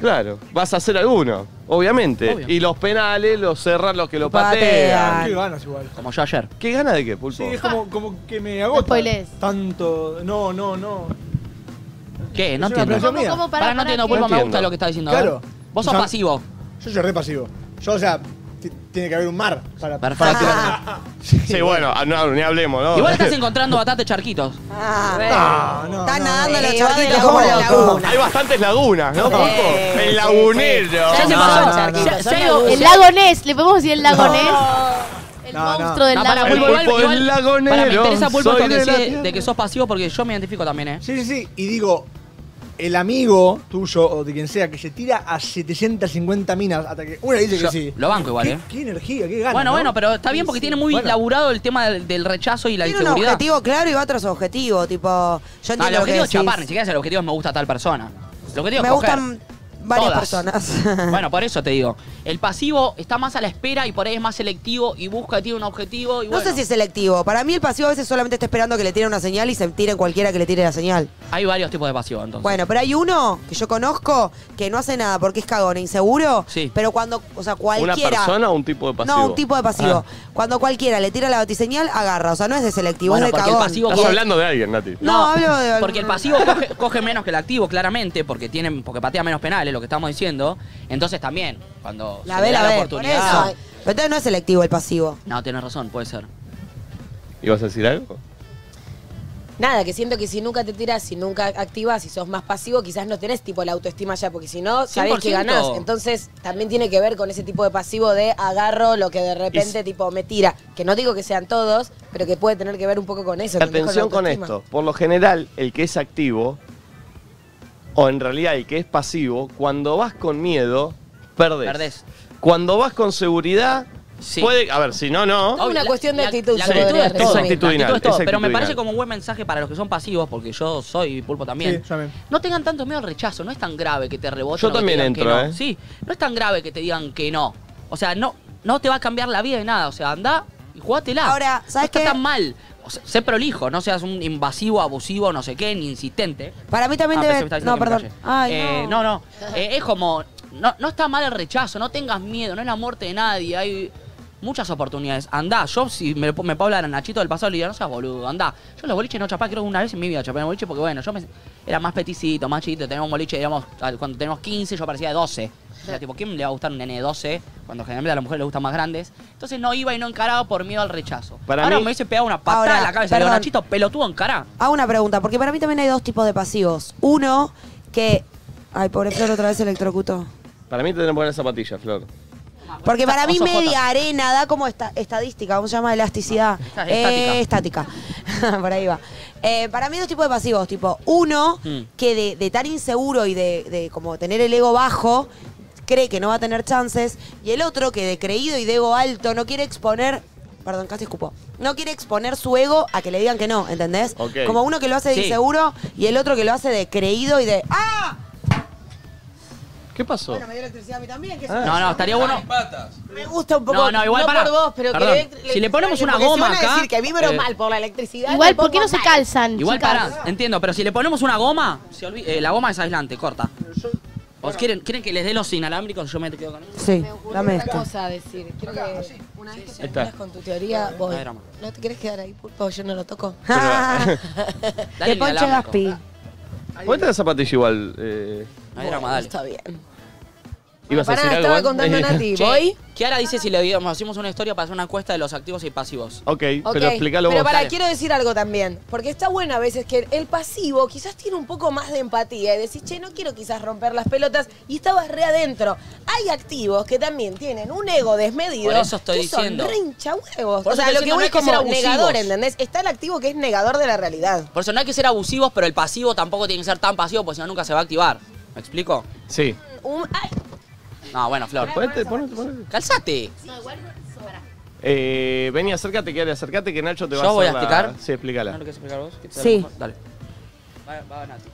Claro, vas a hacer alguno, obviamente. Obvio. Y los penales los cerran los que lo Patean. patean. Qué ganas igual. Como yo ayer. ¿Qué gana de qué, Pulpo? Sí, es como, como que me agota. Tanto. No, no, no. ¿Qué? No Es una entiendo. presión mía. ¿Cómo, cómo? Pará, Pará, no pará, entiendo, ¿qué? Pulpo, No me entiendo. gusta lo que está diciendo. Claro. A ver. Vos sos O sea, pasivo. Yo soy re pasivo. Yo, o sea, ti- tiene que haber un mar para. Perfecto. sí, bueno, ah, no, ni hablemos, ¿no? Igual estás encontrando bastante charquitos. Ah, no, están nadando Eh, los va de charquitos la como boca. laguna. Hay bastantes lagunas, ¿no, Sí, Pulpo? sí, El sí, lagunero. sí. Ya se pasó, Charquito, Ya- son ya lagunas. digo, el lago Ness, ¿le podemos decir el lago No. Ness? El No, no. monstruo del No, lago pará, Ness. Pulpo, igual- Pulpo igual- es lagonero, pará, me interesa Pulpo soy esto que de la decís de, tierra. que sos pasivo porque yo me identifico también, ¿eh? Sí, sí, sí. Y digo, el amigo tuyo o de quien sea que se tira a 750 minas hasta que una dice Yo- que sí. Lo banco igual, ¿Qué, ¿eh? qué energía, qué ganas. Bueno, ¿no? bueno, pero está bien porque tiene muy Bueno. laburado el tema del, del rechazo y la Tiene un inseguridad. objetivo claro y va tras objetivo. Tipo, yo No, entiendo el lo que objetivo es decís. chapar, ni siquiera es el objetivo es me gusta tal persona. El objetivo Me es coger. gustan varias Todas. personas. Bueno, por eso te digo. El pasivo está más a la espera y por ahí es más selectivo y busca, tiene un objetivo y No bueno. sé si es selectivo. Para mí el pasivo a veces solamente está esperando que le tire una señal y se tiren cualquiera que le tire la señal. Hay varios tipos de pasivo, entonces. Bueno, pero hay uno que yo conozco que no hace nada porque es cagón e inseguro. Sí. Pero cuando, o sea, cualquiera. ¿Una persona o un tipo de pasivo? No, un tipo de pasivo. Ah. Cuando cualquiera le tira la batiseñal, agarra. O sea, no es de selectivo, Bueno, es de porque el cagón. pasivo Estás Vos- hablando de alguien, Nati. No, hablo de- Porque el pasivo coge, coge menos que el activo, claramente, porque tienen, porque patea menos penales, lo que estamos diciendo. Entonces también, cuando La se ve, le da la la ve. oportunidad. Por eso. Pero entonces no es selectivo el pasivo. No, tenés razón, puede ser. ¿Ibas a decir algo? Nada, que siento que si nunca te tiras, si nunca activas, si sos más pasivo, quizás no tenés tipo la autoestima ya, porque si no, sabés que 100%. ganás. Entonces, también tiene que ver con ese tipo de pasivo de agarro lo que de repente tipo me tira. Que no digo que sean todos, pero que puede tener que ver un poco con eso. ¿entendés? Atención la con autoestima. esto. Por lo general, el que es activo, o en realidad el que es pasivo, cuando vas con miedo, perdés. Perdés. Cuando vas con seguridad, puede. A ver, si no, no. Obvio, una cuestión de actitud, La se actitud podría es todo. resumir. La Es actitudinal, actitud es es todo. Pero me actitudinal. parece como un buen mensaje para los que son pasivos, porque yo soy pulpo también. Sí, yo también. No tengan tanto miedo al rechazo, no es tan grave que te reboten. Yo o que te también digan que entro, no. ¿eh? Sí, no es tan grave que te digan que no. O sea, no, no te va a cambiar la vida de nada. O sea, anda y jugátela. Ahora, ¿sabes no está qué? tan mal. O sea, sé prolijo, no seas un invasivo, abusivo, no sé qué, ni insistente. Para mí también Ah, debe- pensé que me estabas no, diciendo que me perdón. calle. Ay, Eh, no. no, no. Eh, es como. No, no está mal el rechazo, no tengas miedo, no es la muerte de nadie. Hay muchas oportunidades. Andá, yo si me, me puedo hablar a Nachito del pasado, le diría, no seas boludo, andá. Yo los boliches no chapé, creo que una vez en mi vida chapé en el boliche porque, bueno, yo me- era más peticito, más chiquito. Teníamos un boliche, digamos, al- cuando teníamos 15, yo parecía de 12. O sea, tipo, ¿quién le va a gustar un nene de 12? Cuando generalmente a las mujeres les gustan más grandes. Entonces no iba y no encaraba por miedo al rechazo. Para Ahora mí- me hubiese pegado una patada Ahora, en la cabeza. Le digo, perdón. Nachito, pelotudo, encará. Hago una pregunta, porque para mí también hay dos tipos de pasivos. Uno que. Ay, pobre Flor otra vez se electrocutó. Para mí te tienen que poner zapatillas, Flor. Porque para mí Oso Jota. media arena da como esta, estadística, ¿cómo se llama? Elasticidad. Esta- Eh, estática. Por ahí va. Eh, para mí hay dos tipos de pasivos, tipo uno Hmm. Mm. que de, de tan inseguro y de, de como tener el ego bajo cree que no va a tener chances y el otro que de creído y de ego alto no quiere exponer, perdón, casi escupo, no quiere exponer su ego a que le digan que no, ¿entendés? Ok. Como uno que lo hace de Sí. inseguro y el otro que lo hace de creído y de ¡Ah! ¿Qué pasó? Me dio electricidad a mí también, que Ah, No, no, estaría bueno. me gusta un poco. No, no, igual para. por vos, pero que Perdón. le- le- Si le ponemos una porque si goma van a acá. decir que vibro eh, mal por la electricidad. Igual, me ¿por qué no pongo se mal. calzan, Igual chicas? pará, entiendo, pero si le ponemos una goma, se olvi- eh, la goma es aislante, corta. ¿Os quieren, quieren que les dé los inalámbricos? Yo me quedo con ellos. Sí, Ocurrió dame otra esto. cosa a decir. Quiero que una vez que Ahí está. terminas con tu teoría, No voy. hay drama. ¿No te querés quedar ahí, Pulpo? Yo no lo toco. Dale De el Poncho inalámbrico. Gaspi. Ponete la zapatilla igual. eh, No hay drama, Bueno, dale. Está bien. ¿Ibas Pará, a decir estaba algo? ¿eh? contando a Nati. Che, ¿Voy? Kiara dice si le digamos, hacemos una historia para hacer una encuesta de los activos y pasivos. Ok, Ok, pero explícalo pero vos. para, Dale. quiero decir algo también, porque está bueno a veces que el pasivo quizás tiene un poco más de empatía y decís, che, no quiero quizás romper las pelotas y estabas re adentro. Hay activos que también tienen un ego desmedido. Por eso estoy que diciendo. Son re hinchahuevos. Por O eso sea, estoy lo que diciendo, no voy hay es que ser como abusivos. negador, ¿entendés? Está el activo que es negador de la realidad. Por eso no hay que ser abusivos, pero el pasivo tampoco tiene que ser tan pasivo, porque si no nunca se va a activar. ¿Me explico? Sí. Un- ay, No, bueno, Flor. Ponete, ponete, ponete. Calzate. Eh, vení, acércate, quédate, acércate que Nacho te va ¿Yo a voy a hacer la- explicar? Sí, explícala. ¿No lo querés explicar vos? ¿Qué te Sí. sale? Dale. Va, va Nati.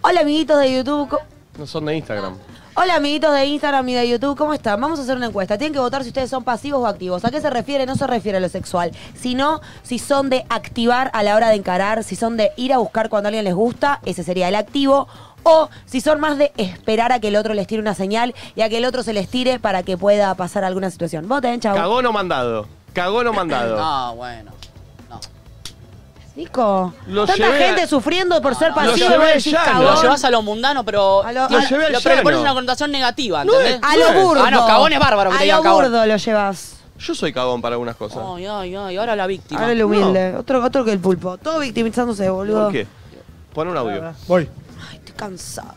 Hola, amiguitos de YouTube. co- No son de Instagram. Hola amiguitos de Instagram y de YouTube, ¿cómo están? Vamos a hacer una encuesta. Tienen que votar si ustedes son pasivos o activos. ¿A qué se refiere? No se refiere a lo sexual, sino si son de activar a la hora de encarar, si son de ir a buscar cuando a alguien les gusta, ese sería el activo. O si son más de esperar a que el otro les tire una señal y a que el otro se les tire para que pueda pasar alguna situación. Voten, chau. Cagón o mandado. Cagón o mandado. No, bueno. Nico, Lo tanta llevé a- gente sufriendo por ser Lo pasivo. llevé vos al decís, llano. cagón. Lo llevas a lo mundano, pero. A lo- tiene- Lo llevé al Pero le llano. pones una connotación negativa, No ¿entendés? es- A lo burdo. Ah, no, cagón es bárbaro que A te digan lo cagón. burdo lo llevas. Oh, Yo soy cagón para algunas cosas. Ay, ay, ay, ahora la víctima. Ahora el humilde. Otro, otro que el pulpo. Todo victimizándose, boludo. ¿Por qué? Pon un audio. Voy. Estoy cansada.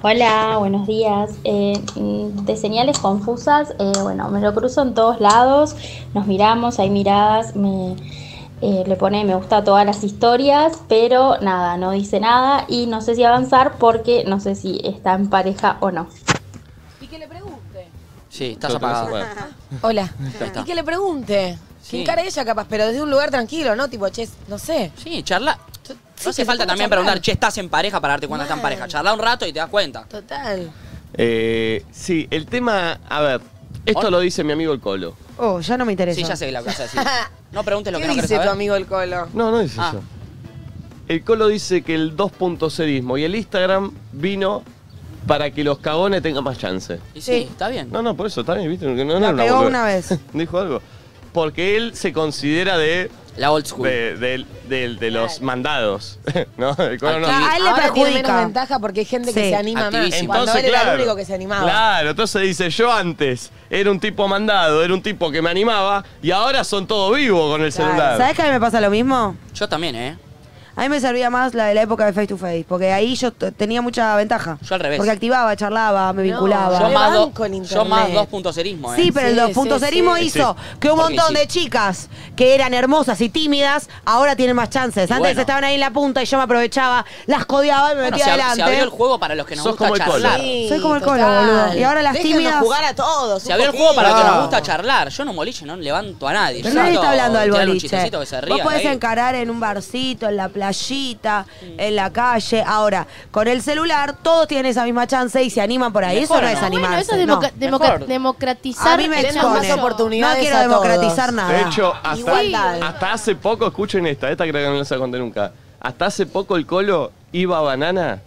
Hola, buenos días. Eh, mm, de señales confusas, eh, bueno, me lo cruzo en todos lados, nos miramos, hay miradas, me, eh, le pone me gusta a todas las historias, pero nada, no dice nada y no sé si avanzar porque no sé si está en pareja o no. Y que le pregunte. Sí, estás Yo te apagado. voy a Hola. Ahí está. Y que le pregunte. Sí. Que encare ella capaz, pero desde un lugar tranquilo, ¿no? Tipo, che, no sé. Sí, charla. Sí, No hace que falta se también ponga a preguntar, charlar. che, ¿estás en pareja para darte cuenta que estás en Claro. pareja? Charla un rato y te das cuenta. Total. Eh, sí, el tema. A ver, esto lo dice mi amigo el Colo. Oh, ya no me interesa. Sí, ya sé que la vas a decir. No preguntes lo ¿Qué que no querés dice tu saber. amigo el colo? No, no es Ah. eso. El Colo dice que el 2.0ismo y el Instagram vino para que los cagones tengan más chance. Y sí, está bien. No, no, por eso está bien, viste, que no, no La era pegó boludez. una vez. Dijo algo. Porque él se considera de. La old school. De, del- del- de los mandados. ¿No? El Colo no. A él le Ahora tiene perjudica. Tiene menos menos ventaja porque hay gente que Sí. se anima más. Entonces, Cuando él era claro, el único que se animaba. Claro, entonces dice, yo antes era un tipo mandado, era un tipo que me animaba y ahora son todos vivos con el celular. ¿Sabes que a mí me pasa lo mismo? Yo también, ¿eh? A mí me servía más la de la época de face to face, porque ahí yo t- tenía mucha ventaja. Yo al revés. Porque activaba, charlaba, me vinculaba. Yo más, do- banco en yo más internet. 2.0ismo, ¿eh? Sí, pero Sí, el 2.0 sí, sí. hizo Sí. que un Porque montón sí. de chicas que eran hermosas y tímidas ahora tienen más chances. Antes bueno. estaban ahí en la punta y yo me aprovechaba, las codeaba y me Bueno, metía se, ab- adelante. se abrió el juego para los que nos Sos gusta como el Colo. charlar. Soy como el total. colo, boludo. Y ahora las Déjenos tímidas- jugar a todos. Se abrió el juego para los que nos gusta charlar. Yo no moliche, no levanto a nadie. Pero Yo nadie está trato de hablando del tirar un boliche. chistecito que se Vos ría podés ahí. encarar en un barcito, en la playita, en la calle. Ahora, con el celular, todos tienen esa misma chance y se animan por ahí. Mejor eso no, no. es Bueno, animarse. Bueno, eso es no. democa- democa- Mejor. democratizar. A mí me el expone. acceso. más oportunidades No quiero a democratizar todos. nada. De hecho, hasta, Igualdad. hasta hace poco, escuchen esta, esta creo que no les la conté nunca. Hasta hace poco el Colo iba a Banana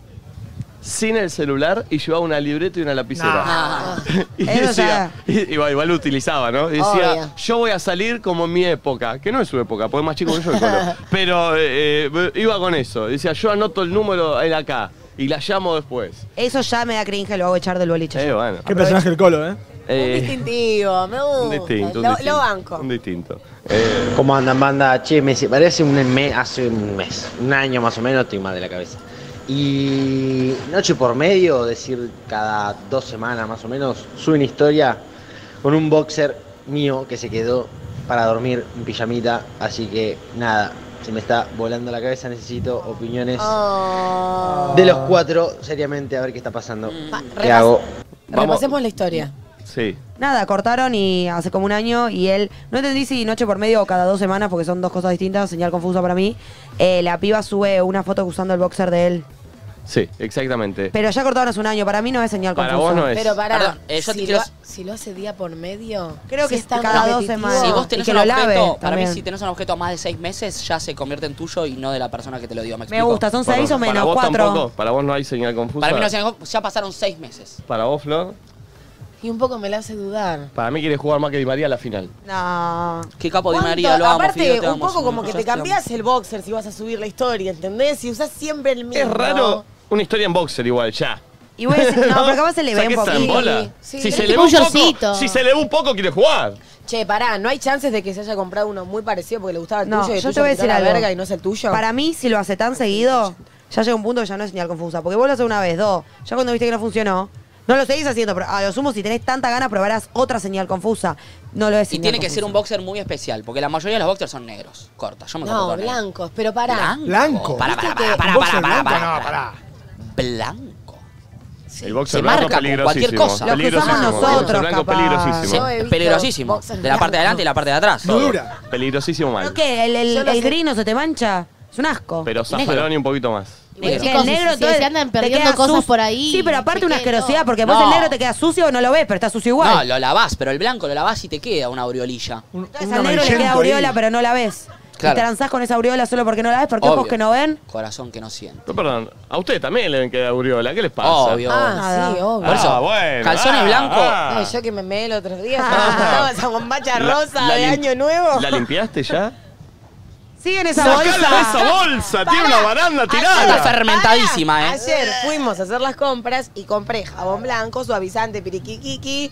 sin el celular y llevaba una libreta y una lapicera. Ah, Y Eso decía, y- igual, igual lo utilizaba, ¿no? Y decía, Obvio. yo voy a salir como en mi época, que no es su época, porque es más chico que yo el Colo. Pero eh, eh, iba con eso. Decía, yo anoto el número en acá y la llamo después. Eso ya me da cringe, lo hago echar del boliche. Eh, yo. bueno. Qué personaje el colo, ¿eh? Eh, Distintivo, me gusta. un distinto, un lo, distinto, lo banco. Un distinto. Eh, ¿Cómo andan, banda? Che, me se- parece un mes, hace un mes, un año más o menos, estoy mal de la cabeza. Y noche por medio, decir cada dos semanas más o menos, subí una historia con un boxer mío que se quedó para dormir en pijamita. Así que nada, se me está volando la cabeza, necesito opiniones Oh. de los cuatro, seriamente, a ver qué está pasando. Pa- ¿Qué repas- hago? Vamos. Repasemos la historia. sí. Nada, cortaron y hace como un año y él, no entendí si noche por medio o cada dos semanas, porque son dos cosas distintas, señal confusa para mí, eh, la piba sube una foto usando el boxer de él. Sí, exactamente. Pero ya cortaron hace un año, para mí no es señal Para confusa. vos no es. Pero pará, Perdón, eh, yo te si, quiero- lo, ha- si lo hace día por medio. Creo si que es tan cada dos repetitivo. semanas. Si vos Y tenés que un lo objeto, lave para mí también. si tenés un objeto más de seis meses, ya se convierte en tuyo y no de la persona que te lo dio. ¿Me, Me explico? gusta, son seis o para menos, vos cuatro. tampoco, para vos no hay señal confusa. Para mí no se ya pasaron seis meses. Para vos, Flor, Y un poco me la hace dudar. para mí quiere jugar más que Di María a la final. No. Qué capo de ¿Cuánto? María, lo amo, Aparte, Fido, te un amo, poco Simón, como que yo te amo. cambias el boxer si vas a subir la historia, ¿entendés? Si usás siempre el mismo. Es raro una historia en boxer igual, ya. Y voy a decir, Pues, no, pero capaz se le O sea, ve un que está en poquito. bola. sí. Si Es se le tipo ve un un poco, shortcito. si se le ve un poco quiere jugar. Che, pará, ¿no hay chances de que se haya comprado uno muy parecido porque le gustaba el No, tuyo y el yo tuyo te voy a le quitó decir la algo. verga y no es el tuyo? Para mí, si lo hace tan seguido, ya llega un punto que ya no es señal confusa. Porque vos lo haces una vez, dos. Ya cuando viste que no funcionó, no lo seguís haciendo. Pero a lo sumo, si tenés tanta ganas, probarás otra señal confusa. No lo es Y señal tiene que ser un confusa. boxer muy especial, porque la mayoría de los boxers son negros. Corta, yo me No, corto todo negro. blancos, pero pará. ¿Blanco? Blanco. Para, ¿Viste para, que para, para, boxer para, para, blanco? para, No, pará. Blanco. el boxer se blanco marca con peligrosísimo. cualquier cosa. Lo que Peligrosísimo. usamos El boxer nosotros, blanco capaz. peligrosísimo. Sí, Yo he visto peligrosísimo. boxers De la parte de adelante blancos. y la parte de atrás. Todo. Dura. Peligrosísimo mal. ¿Pero qué? ¿El, el, Yo lo el sé. gris no se te mancha? Es un asco. Pero Y negro. Zaffaroni un poquito más. Es que Chicos, el si- negro si todo se el- andan te perdiendo queda cosas sus- por ahí, Sí, pero aparte una asquerosidad, porque vos No. el negro te queda sucio o no lo ves, pero está sucio igual. No, lo lavás, pero el blanco lo lavás y te queda una aureolilla. Entonces al negro le queda aureola, pero no la ves. Claro. Y transás con esa aureola solo porque no la ves, porque Obvio. ojos que no ven. Corazón que no siente. No, perdón. A usted también le ven que aureola. ¿Qué les pasa? Obvio. Ah, sí, obvio. Por eso, bueno, calzones ah, blancos. ah. No, Eh, yo que me meé el otro día, estaba estaba esa bombacha La- rosa la de lim- año nuevo. ¿La limpiaste ya? Sigue en esa Sacala bolsa. de esa bolsa, tiene una baranda tirada. Está fermentadísima, ¿eh? Ayer fuimos a hacer las compras y compré jabón blanco, suavizante, piriquiquiqui.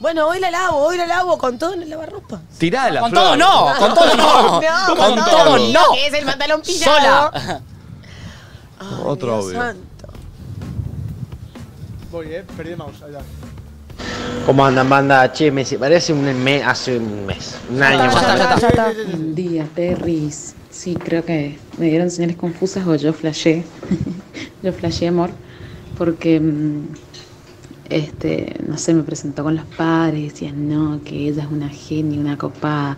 Bueno, hoy la lavo, hoy la lavo con todo en el lavarropa. Tirada la Con flor. todo no, con todo no. ¿Cómo con todo no. Que es el pantalón pillado. Sola. Otro obvio. Voy, eh, perdí el mouse. Ahí va. ¿Cómo andan, banda? Che, me se- parece un mes, hace un mes, un año más. o menos. Buen día, Perris. Sí, creo que me dieron señales confusas o yo flashé. yo flashé amor. Porque, mm, este, no sé, me presentó con los padres y decían, no, que ella es una genia, una copada,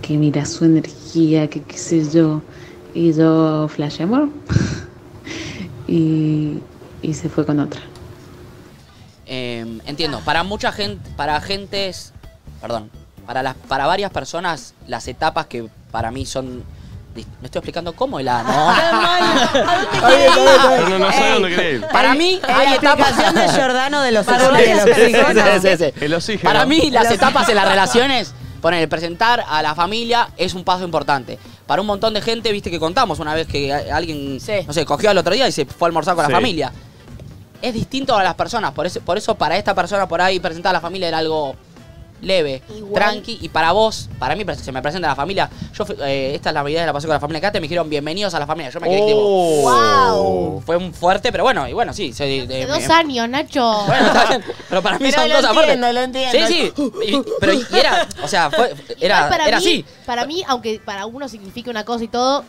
que mira su energía, que qué sé yo. Y yo flashé amor. y, y se fue con otra. Eh, entiendo, para mucha gente, para gentes, perdón, para las para varias personas las etapas que para mí son dis- me estoy explicando cómo el ano. No, no, no sabe dónde quiere ir. Para mí hay etapas explicación de Giordano de los Para sexuales de los mí- personas. sí, sí, sí. El oxígeno. Para mí las Los- etapas en las relaciones, poner presentar a la familia es un paso importante. Para un montón de gente, viste que contamos una vez que a- alguien, no sé, cogió al otro día y se fue a almorzar con Sí. la familia. Es distinto a las personas, por eso, por eso para esta persona por ahí presentar a la familia era algo leve, tranqui, y para vos, para mí se me presenta la familia. Yo fui- eh, esta es la Navidad la pasé con la familia Cate, me dijeron bienvenidos a la familia. Yo me quedé Oh. tipo. Wow. Fue un fuerte, pero bueno, y bueno, sí, se, de- Hace me- dos años, Nacho. pero para mí Pero son lo dos aparte. entiendo, lo entiendo. Sí, sí. y- pero y era, o sea, fue, era, Igual para era mí, así. Para mí, aunque para uno signifique una cosa y todo,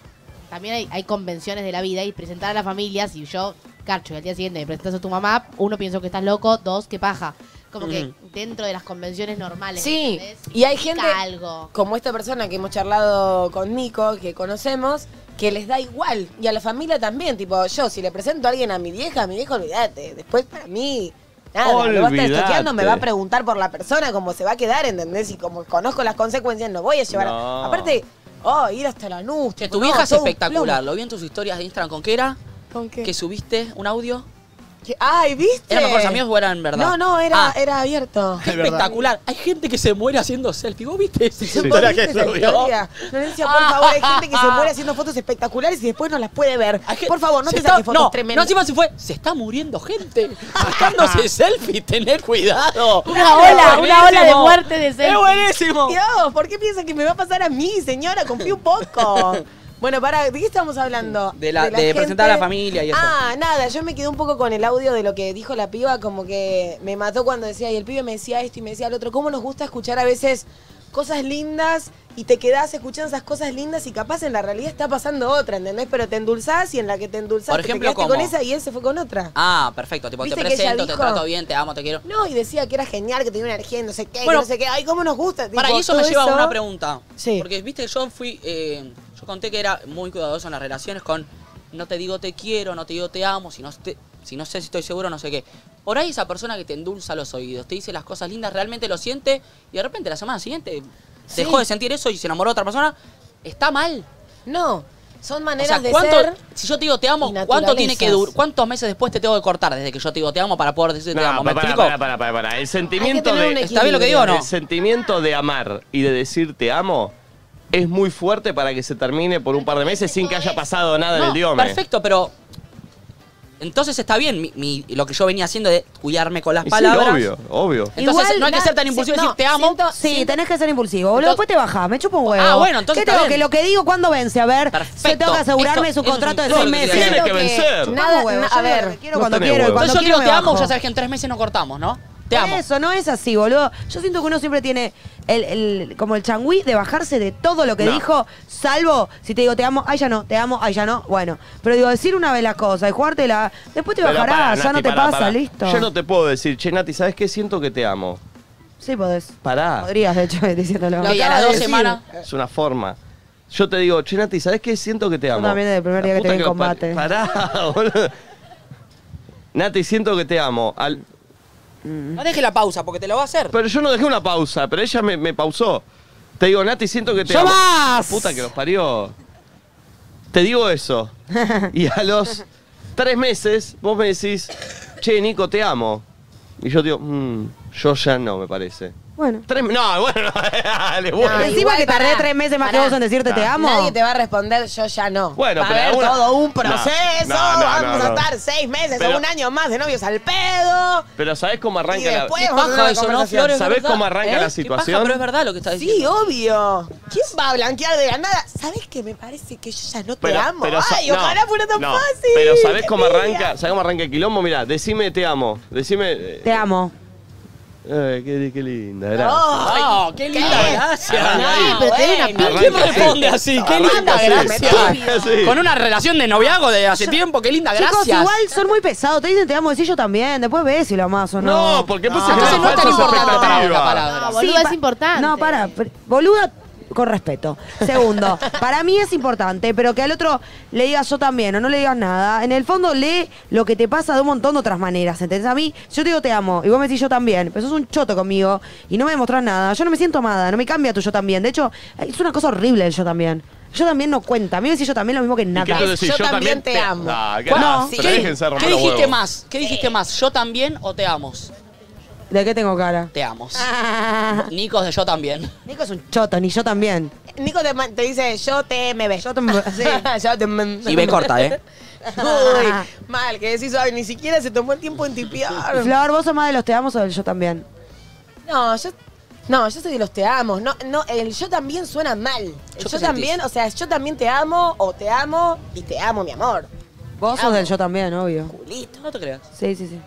también hay, hay convenciones de la vida y presentar a la familia, si yo, Carcho, y al día siguiente me presentas a tu mamá, uno piensa que estás loco, dos, qué paja. Como Mm. que dentro de las convenciones normales. Sí, ¿entendés? y hay gente Está algo. como esta persona que hemos charlado con Nico, que conocemos, que les da igual. Y a la familia también. Tipo, yo, si le presento a alguien a mi vieja, a mi viejo, olvídate. Después para mí. Nada, lo va a estar Olvídate. estoqueando, me va a preguntar por la persona, cómo se va a quedar, ¿entendés? Y como conozco las consecuencias, no voy a llevar. a- No. Aparte, oh, ir hasta la nuz. Che, tu tipo, no, vieja es todo un espectacular. plomo. Lo vi en tus historias de Instagram. ¿Con qué era? ¿Con qué? Que subiste un audio. Que- Ay, ¿viste? ¿Eran mejores amigos o eran verdad? No, no, era, Ah, era abierto. qué espectacular. Hay gente que se muere haciendo selfie. ¿Vos viste esa Sí, historia ¿viste que esa subió? historia? Florencia, por favor, hay gente Ah. que se muere haciendo fotos espectaculares y después no las puede ver. Por favor, no Se te está- saques fotos no, no, tremendas. encima se fue. Se está muriendo gente. Sacándose selfie, tener cuidado. Una ola, una ola de muerte de selfie. Es buenísimo. Dios, ¿por qué piensa que me va a pasar a mí, señora? Confío un poco. Bueno, para, ¿de qué estamos hablando? De la- de presentar a la familia y eso. Ah, nada, yo me quedé un poco con el audio de lo que dijo la piba, como que me mató cuando decía, y el pibe me decía esto y me decía el otro, ¿cómo nos gusta escuchar a veces cosas lindas y te quedás escuchando esas cosas lindas y capaz en la realidad está pasando otra, ¿entendés? Pero te endulzás y en la que te endulzás Por te ejemplo, quedaste con ¿cómo? esa y él se fue con otra. Ah, perfecto. Tipo, te ¿Viste que ella presento, te dijo? trato bien, te amo, te quiero. No, y decía que era genial, que tenía una energía y no sé qué, y Bueno, no sé qué. Ay, cómo nos gusta. Para, Tipo, y eso me todo lleva a eso- una pregunta. Porque, viste, yo fui. eh, yo conté que era muy cuidadoso en las relaciones con. No te digo te quiero, no te digo te amo, si no, te- si no sé si estoy seguro, no sé qué. Por ahí esa persona que te endulza los oídos, te dice las cosas lindas, realmente lo siente y de repente la semana siguiente Sí. dejó de sentir eso y se enamoró de otra persona. Está mal. No, son O maneras sea, de ¿cuánto- ser. si yo te digo te amo, y ¿cuánto tiene que dur- naturalezas. ¿Cuántos meses después te tengo que cortar desde que yo te digo te amo para poder decir te amo? No, ¿Me para, explico? para, para, para, para. El sentimiento tener de. un ¿Está bien lo que digo o no? El sentimiento de amar y de decir te amo es muy fuerte para que se termine por un par de meses sin que haya pasado nada en No, el diome. Perfecto, pero. Entonces está bien mi- mi- lo que yo venía haciendo de cuidarme con las Y sí, palabras. obvio, obvio. Entonces no hay que na- ser tan sí, impulsivo y no, decir te amo. siento- sí, tenés que ser impulsivo, boludo. Después te bajás, me chupa un huevo. Ah, bueno, entonces ¿Qué está tengo bien. que lo que digo cuándo vence? A ver, yo tengo que asegurarme Eso- de su eso contrato es de seis un meses. flor, Tienes que Nada, vencer. nada, a ver, quiero cuando quiero y cuando Entonces yo quiero digo, me te amo, bajo. ya sabes que en tres meses no cortamos, ¿no? Te amo. Eso no es así, boludo. Yo siento que uno siempre tiene el, el- como el changüí de bajarse de todo lo que No. dijo, salvo si te digo te amo, ay ya no, te amo, ay ya no, bueno. Pero digo, decir una vez las cosas y jugártela, después te Pero bajarás, pará, ya Nati, no te pará, pasa, pará. listo. Yo no te puedo decir, che, Nati, ¿sabes qué? Siento que te amo. Sí podés. Pará. Podrías, de hecho, diciéndolo. No, y a las dos semanas. Es una forma. Yo te digo, che, Nati, ¿sabes qué? Siento que te amo. también desde el primer La día que puta te vi en lo par- combate. Pará, boludo. Nati, siento que te amo. Al- No dejes la pausa porque te la va a hacer. Pero yo no dejé una pausa, pero ella me, me pausó. Te digo, Nati, siento que te ¡Ya amo. vas! Puta que los parió. Te digo eso. Y a los tres meses vos me decís, che, Nico, te amo. Y yo digo, "Mm, yo ya no, me parece. Bueno. Tres, no, bueno, dale, bueno. encima que tardé tres meses más que vos en decirte te amo. Nadie te va a responder, yo ya no. Bueno, va pero a haber alguna- todo un No, proceso. no, no, no, vamos a no. estar seis meses Pero- o un año más de novios al pedo. Pero ¿sabés cómo arranca Y la- después vamos a tener una conversación. ¿Sabés cómo arranca ¿Eh? la situación? verdad lo que está Sí, obvio. ¿Quién va a blanquear de la nada? ¿Sabes que me parece que yo ya no te amo? sa- Ay, no, ojalá fuera tan no, fácil. Pero ¿sabés cómo arranca? ¿Sabés cómo arranca el quilombo? Mirá, decime te amo. Decime. eh, Te amo. Ay, qué, qué linda, gracias. ¡Oh, qué linda gracia! Ay, pero te doy una pinche ¿Quién gracia. responde así? ¡Qué Arranca linda así. gracia! Arranca así. Con una relación de noviazgo de hace Yo- tiempo, qué linda Chicos, gracia. igual son muy pesados. Te dicen te amo, decís yo también. Después ves si lo amás o no. No, porque Ah, entonces No, entonces crean no es tan falsas importante la expectativas. palabra. No, boluda, es importante. No, para. pr- Boluda, con respeto. Segundo, para mí es importante, pero que al otro le digas yo también o no le digas nada. En el fondo, lee lo que te pasa de un montón de otras maneras. ¿Entendés? A mí, yo te digo te amo y vos me decís yo también, pero sos un choto conmigo y no me demostrás nada. Yo no me siento amada, no me cambia tu yo también. De hecho, es una cosa horrible el yo también. Yo también no cuenta. A mí me decís yo también lo mismo que nada. qué te decís? Yo Yo también también te te- amo. Ah, qué No. pero déjense romper ¿Qué los dijiste huevos. más? ¿Qué dijiste más? ¿Yo también o te amos? ¿De qué tengo cara? Te amo. Nicos de yo también. Nico es un choto, ni yo también. Nico te, ma- te dice, yo te me ve. Yo te me yo te me Y ve corta, ¿eh? Uy, mal, que decís, ay, ni siquiera se tomó el tiempo en tipear. Flor, vos sos más de los te amo o del yo también. No, yo. No, yo soy de los te amo. No, no, el yo también suena mal. El yo qué también, o sea, yo también te amo, o te amo, y te amo, mi amor. Vos sos del yo también, obvio. Listo, no te creas. Sí, sí, sí.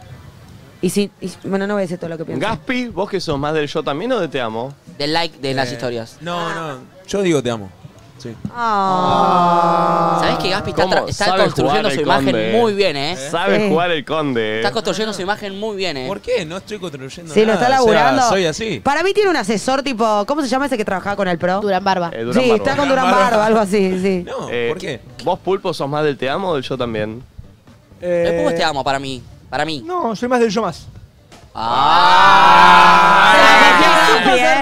Y sí, y- bueno, no voy a decir todo lo que pienso. Gaspi, ¿vos que sos más del yo también o de te amo? Del like de Eh, las historias. No, no. Yo digo te amo. Sí. Ah. ¿Sabés que Gaspi está, ¿Cómo tra- está sabe construyendo jugar su el imagen conde, eh? muy bien, eh? Sabe jugar el conde. eh. Está construyendo su imagen muy bien, eh. ¿Por qué? No estoy construyendo Sí, lo está nada, o sea, laburando. Ah, soy así. Para mí tiene un asesor tipo, ¿cómo se llama ese que trabajaba con el pro? Durán Barba. Eh, Durán sí, Barba. está con Durán Durán Barba. Barba, algo así, sí. Eh, ¿por qué? ¿Vos, Pulpo, sos más del te amo o del yo también? Eh, El pulpo es te amo para mí. Para mí. No, soy más del yo más. Ah. eh.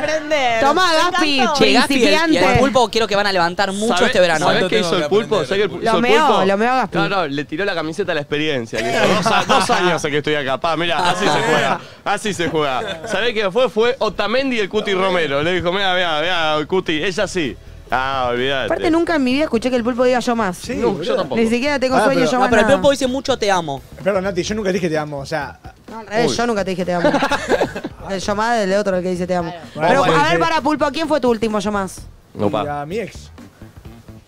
Tomá, Gaspi, Che, Gaspi, el- y el principiante. pulpo quiero que van a levantar mucho ¿Sabés- este verano. ¿Sabés qué hizo el pulpo? ¿Sabés qué el, pu- hizo el meó, pulpo? lo meó a Gaspi. No, no, le tiró la camiseta a la experiencia. le dijo, dos, a- dos años hace que estoy acá. Pa, mira, así se juega. Así se juega. ¿Sabés qué fue? Fue Otamendi y el Cuti Romero. Le dijo, mira, mira, mira, Cuti, es así. Ah, olvidate. Aparte, nunca en mi vida escuché que el pulpo diga yo más. No, boludo. yo tampoco. Ni siquiera tengo Ah, sueño pero- yo ah, más. pero el nada. pulpo dice mucho te amo. Perdón, Nati, yo nunca dije te amo. O sea, No, al revés, Uy. yo nunca te dije te amo. El yo más del otro el que dice te amo. Bueno, Pero, bueno, a ver, sí. para pulpo, ¿quién fue tu último yo más? No, pa. y a mi ex.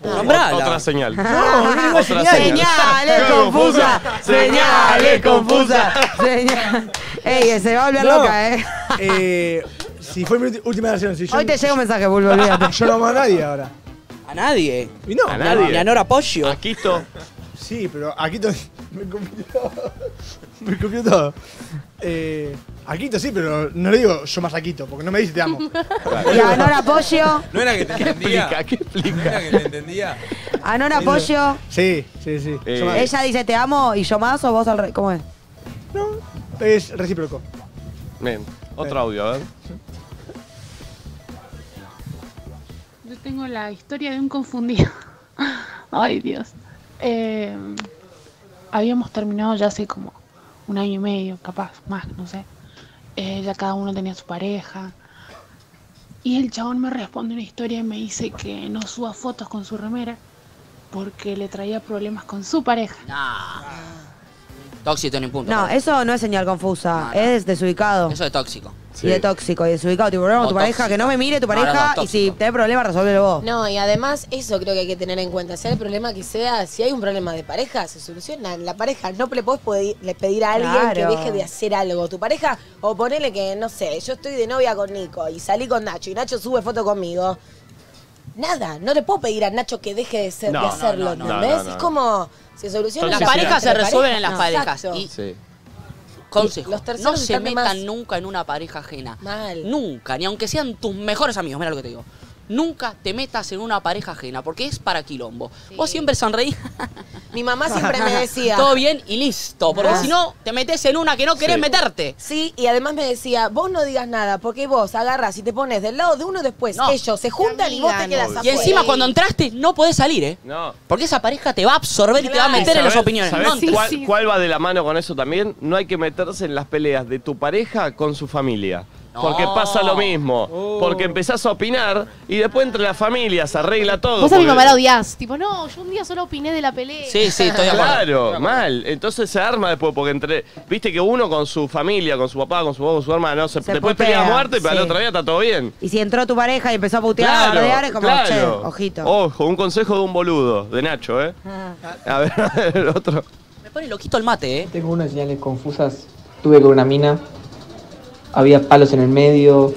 Ot- Otra señal. No, no, no, Otra señal. Señales Claro, confusa. Señales confusa. confusa. Señal. Ey, se va a volver No. loca, eh. Eh, si fue mi ulti- última relación. Si yo, Hoy te llega un mensaje, Bulbo, olvídate. Yo no amo a nadie ahora. A nadie. Y no. A nadie. Ni a Nora Poggio. A Quito. Sí, pero aquí to- me copió todo. Me copió todo. Eh, a Quito sí, pero no le digo yo más a Quito, porque no me dice te amo. Y a Nora Pollo. No era que te entendía. ¿Qué explica? No era que te entendía. A Nora Pollo. Sí, sí, sí. Eh, Yo más- Ella dice te amo y yo más o vos al re... ¿Cómo es? Es recíproco. Bien, otro audio, a ver. Yo tengo la historia de un confundido. Ay, Dios. Eh, habíamos terminado ya hace como un año y medio, capaz, más, no sé. Eh, ya cada uno tenía su pareja. Y el chabón me responde una historia y me dice que no suba fotos con su remera porque le traía problemas con su pareja. Tóxico en un punto. No, para. eso no es señal confusa, es desubicado. Eso es tóxico. Y de tóxico, y desubicado. Tipo, no, O tu pareja, tóxica. que no me mire tu No, no, pareja, no, y si tenés problemas, resolvelo vos. No, y además eso creo que hay que tener en cuenta. Sea el problema que sea, si hay un problema de pareja, se soluciona en la pareja. No le podés podi- le pedir a alguien Claro. que deje de hacer algo. Tu pareja, o ponele que, no sé, yo estoy de novia con Nico y salí con Nacho y Nacho sube foto conmigo. Nada, no le puedo pedir a Nacho que deje de, ser- No, de no, hacerlo, no, no, ¿entendés? no, no. Es como se soluciona Las en la parejas se entre resuelven en las parejas. Exacto. Y consejo, Los terceros no se están de más. metan nunca en una pareja ajena. Mal. Nunca, ni aunque sean tus mejores amigos, mira lo que te digo. Nunca te metas en una pareja ajena, porque es para quilombo. Vos siempre sonreís. Mi mamá siempre me decía- Todo bien y listo, porque Ah. si no, te metes en una que no querés Sí. meterte. Sí, y además me decía, vos no digas nada, porque vos agarras y te pones del lado de uno después. Ellos se juntan y vos te quedas Y encima cuando entraste no podés salir, ¿eh? No. Porque esa pareja te va a absorber y te va a meter en ¿Sabés- las opiniones. ¿sabés No, cuál, cuál va de la mano con eso también? No hay que meterse en las peleas de tu pareja con su familia. No. Oh. Porque pasa lo mismo. Porque empezás a opinar y después entre las familias se arregla todo. Vos a mi porque- mamá la odiás. Tipo, no, yo un día solo opiné de la pelea. Claro, mal. Entonces se arma después, porque entre. Viste que uno con su familia, con su papá, con su abuelo, con su hermano, se, Se después putea, pelea a muerte, pero al sí. otro día está todo bien. Y si entró tu pareja y empezó a putear, a Claro, bardear, es como, claro. che, ojito. Ojo, un consejo de un boludo, de Nacho, ¿eh? Ah. A ver, el otro. Me pone loquito el mate, ¿eh? Tengo unas señales confusas. Estuve con una mina, había palos en el medio,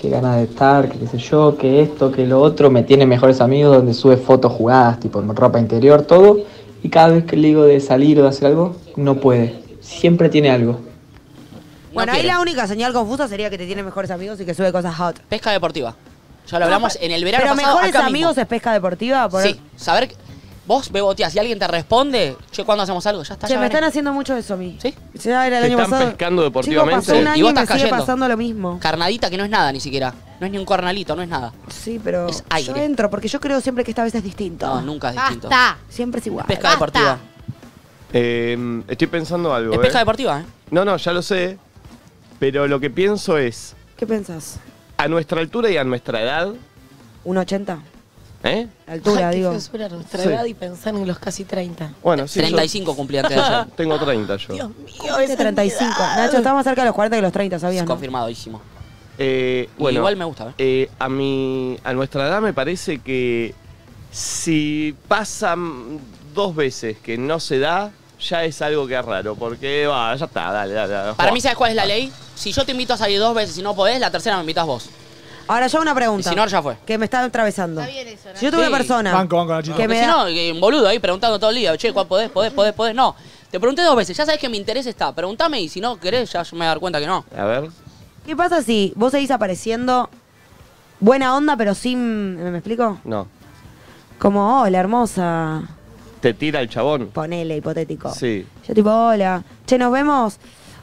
que ganas de estar, que qué sé yo, que esto, que lo otro. Me tiene mejores amigos donde sube fotos jugadas, tipo ropa interior, todo. Y cada vez que le digo de salir o de hacer algo, no puede. Siempre tiene algo. Bueno, ahí la única señal confusa sería que te tiene mejores amigos y que sube cosas hot. Pesca deportiva. Ya lo hablamos en el verano Pero pasado, mejores acá amigos mismo. es pesca deportiva. Por Sí, saber que vos beboteás y alguien te responde, che, ¿cuándo hacemos algo? Ya está, Che, ya me gané. están haciendo mucho eso a mí. ¿Sí? Ya era el ¿Te año están pasado. pescando Chico, pasó deportivamente? un Y año y, vos me estás sigue cayendo. pasando lo mismo. Carnadita que no es nada ni siquiera. No es ni un cornalito, no es nada. Sí, pero Es yo aire. entro porque yo creo siempre que esta vez es distinto. No, nunca es distinto. Basta. Siempre es igual. Pesca deportiva. Eh, estoy pensando algo. Es ¿eh? pesca deportiva, ¿eh? No, no, ya lo sé. Pero lo que pienso es, ¿Qué pensás? a nuestra altura y a nuestra edad, ¿Un 80? ¿eh? Altura, Qué digo. censura nuestra Sí. edad y pensar en los casi 30. Bueno, sí, 35 cumplí antes de ayer. Tengo 30 yo. Este 35. Nacho, está más cerca de los 40 que los 30, ¿sabías? no? Confirmadísimo. Eh, bueno, Igual me gusta, ¿eh? eh, a, mi, a nuestra edad me parece que si pasan dos veces que no se da, ya es algo que es raro. Porque, va, ya está, dale, dale. dale, Para jugá. mí, ¿sabes cuál es la ley? Si yo te invito a salir dos veces y no podés, la tercera me invitas vos. Ahora yo una pregunta. Y si no, ya fue. Que me está atravesando. Si yo tuve Sí. una persona que Porque me si da- no, eh, un boludo ahí preguntando todo el día, che, ¿cuál podés, podés, podés, podés? No. Te pregunté dos veces, ya sabes que mi interés está. Preguntame y si no querés, ya yo me voy a dar cuenta que no. A ver. ¿Qué pasa si vos seguís apareciendo buena onda, pero sin. ¿Me, me explico? No, Como, hola, hermosa. te tira el chabón. Ponele, hipotético. Sí. Yo, tipo, hola. Che, nos vemos.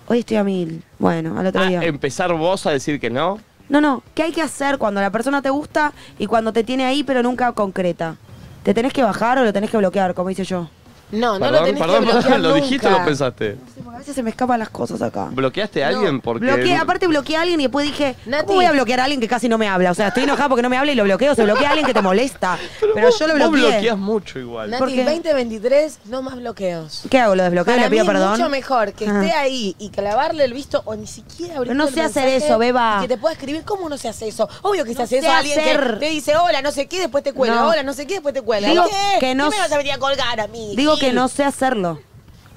Hoy estoy a mil. Bueno, al otro Ah, día. empezar vos a decir que no. No, no. ¿Qué hay que hacer cuando la persona te gusta y cuando te tiene ahí, pero nunca concreta? ¿Te tenés que bajar o lo tenés que bloquear, como hice yo? No, perdón, perdón, perdón, ¿lo dijiste o lo pensaste? A veces se me escapan las cosas acá. ¿Bloqueaste a alguien? Porque Bloqueé, aparte bloqueé a alguien y después dije, ¿cómo voy a bloquear a alguien que casi no me habla? O sea, estoy enojada porque no me habla y lo bloqueo, se bloquea a alguien que te molesta. Pero, vos- yo lo vos bloqueé. bloqueás mucho igual. ¿Por Nati, qué? 2023, no más bloqueos. ¿Qué hago? ¿Lo desbloqueo y le Para mí pido es perdón? mucho mejor que Ah. esté ahí y clavarle el visto o ni siquiera abrir Pero no sé hacer eso, Beba. Que te pueda escribir, ¿cómo no se hace eso? Obvio que se hace sé eso a alguien hacer. que te dice, hola, no sé qué, después te cuelga, No. hola, no sé qué, después te cuelga. Digo ¿Qué? que no ¿Qué me vas a venir a colgar a mí? Digo que Gil? no sé hacerlo.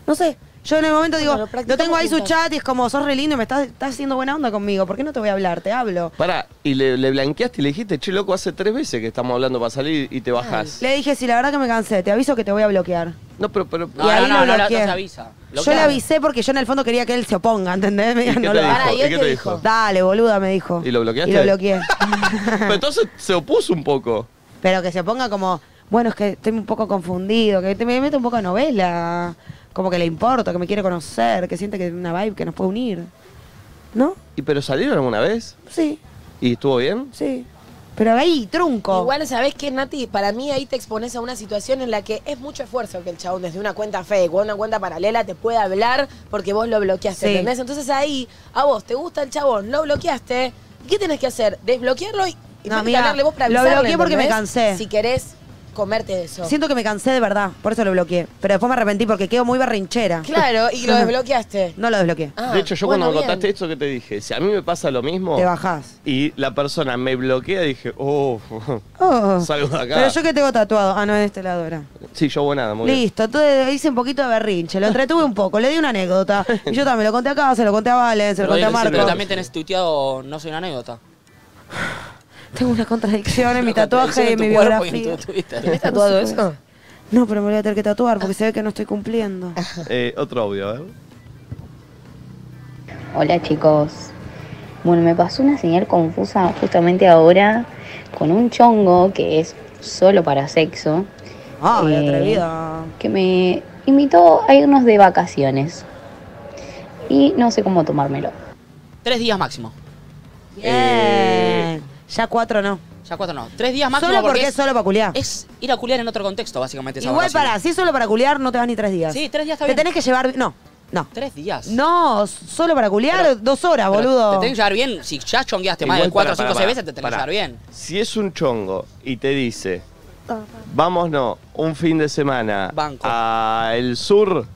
No sé. Yo en el momento digo, Bueno, lo lo, practicamos tengo ahí su juntas. chat y es como, sos re lindo y me estás, estás haciendo buena onda conmigo. ¿Por qué no te voy a hablar? Te hablo. Pará, y le, le blanqueaste y le dijiste, che, loco, hace tres veces que estamos hablando para salir y te bajás. Le dije, sí, la verdad que me cansé, te aviso que te voy a bloquear. No, pero... pero No, Ah, no, no, no, no se avisa. Yo le Bloqueado. avisa porque yo en el fondo quería que él se oponga, ¿entendés? Me ¿Y diga, qué no te lo dijo? hagas. ¿Y qué te dijo? Dale, boluda, me dijo. ¿Y lo bloqueaste? Y lo bloqueé. Pero entonces se opuso un poco. Pero que se ponga como, bueno, es que estoy un poco confundido, que te me mete un poco de novela, como que le importa, que me quiere conocer, que siente que es una vibe que nos puede unir. ¿No? ¿Y pero salieron alguna vez? Sí, ¿Y estuvo bien? sí. Pero ahí, trunco. Igual, ¿sabés qué, Nati? Para mí ahí te expones a una situación en la que es mucho esfuerzo que el chabón desde una cuenta fake o una cuenta paralela te pueda hablar porque vos lo bloqueaste, Sí. ¿entendés? Entonces ahí, a vos te gusta el chabón, lo bloqueaste, ¿qué tenés que hacer? ¿Desbloquearlo y, y No, tenés que amiga, hablarle vos para lo avisarle, bloqueé porque me ¿entendés? cansé. Si querés comerte eso. Siento que me cansé de verdad, por eso lo bloqueé. Pero después me arrepentí porque quedo muy berrinchera. Claro, y lo Ah, Ajá. desbloqueaste. No lo desbloqueé. de hecho, Ah, yo cuando me contaste esto que te dije, si a mí me pasa lo mismo. Te bajás. Y la persona me bloquea, dije, oh, Oh. salgo de acá. Pero yo que tengo tatuado. Ah, no, en este lado era. Sí, yo buena, muy bien. Listo, entonces hice un poquito de berrinche, lo entretuve un poco, le di una anécdota. Y yo también lo conté acá, se lo conté a Valen, se lo conté a Marco. Pero también tenés tuiteado, no soy una anécdota. Tengo una contradicción en mi contradicción tatuaje y en en mi tu cuerpo y en biografía. tu Twitter. ¿Tenés tatuado eso? No, pero me lo voy a tener que tatuar porque se ve que no estoy cumpliendo. Eh, otro audio, a ver. Hola chicos. Bueno, me pasó una señal confusa justamente ahora con un chongo que es solo para sexo. Ah, eh, atrevida. Que me invitó a irnos de vacaciones. Y no sé cómo tomármelo. Tres días máximo. Bien. Ya cuatro no. Ya cuatro no. Tres días máximo. Solo porque es solo para culiar. Es ir a culiar en otro contexto, básicamente. esas Igual vacaciones. para, si es solo para culiar, no te vas ni tres días. Sí, tres días está Te bien. tenés que llevar. No, no. Tres días. No, solo para culiar, dos horas, Pero boludo. Te tenés que llevar bien. Si ya chongueaste más Igual, de cuatro o para, cinco para, seis para, veces, te tenés que para. llevar bien. Si es un chongo y te dice, vámonos un fin de semana al sur,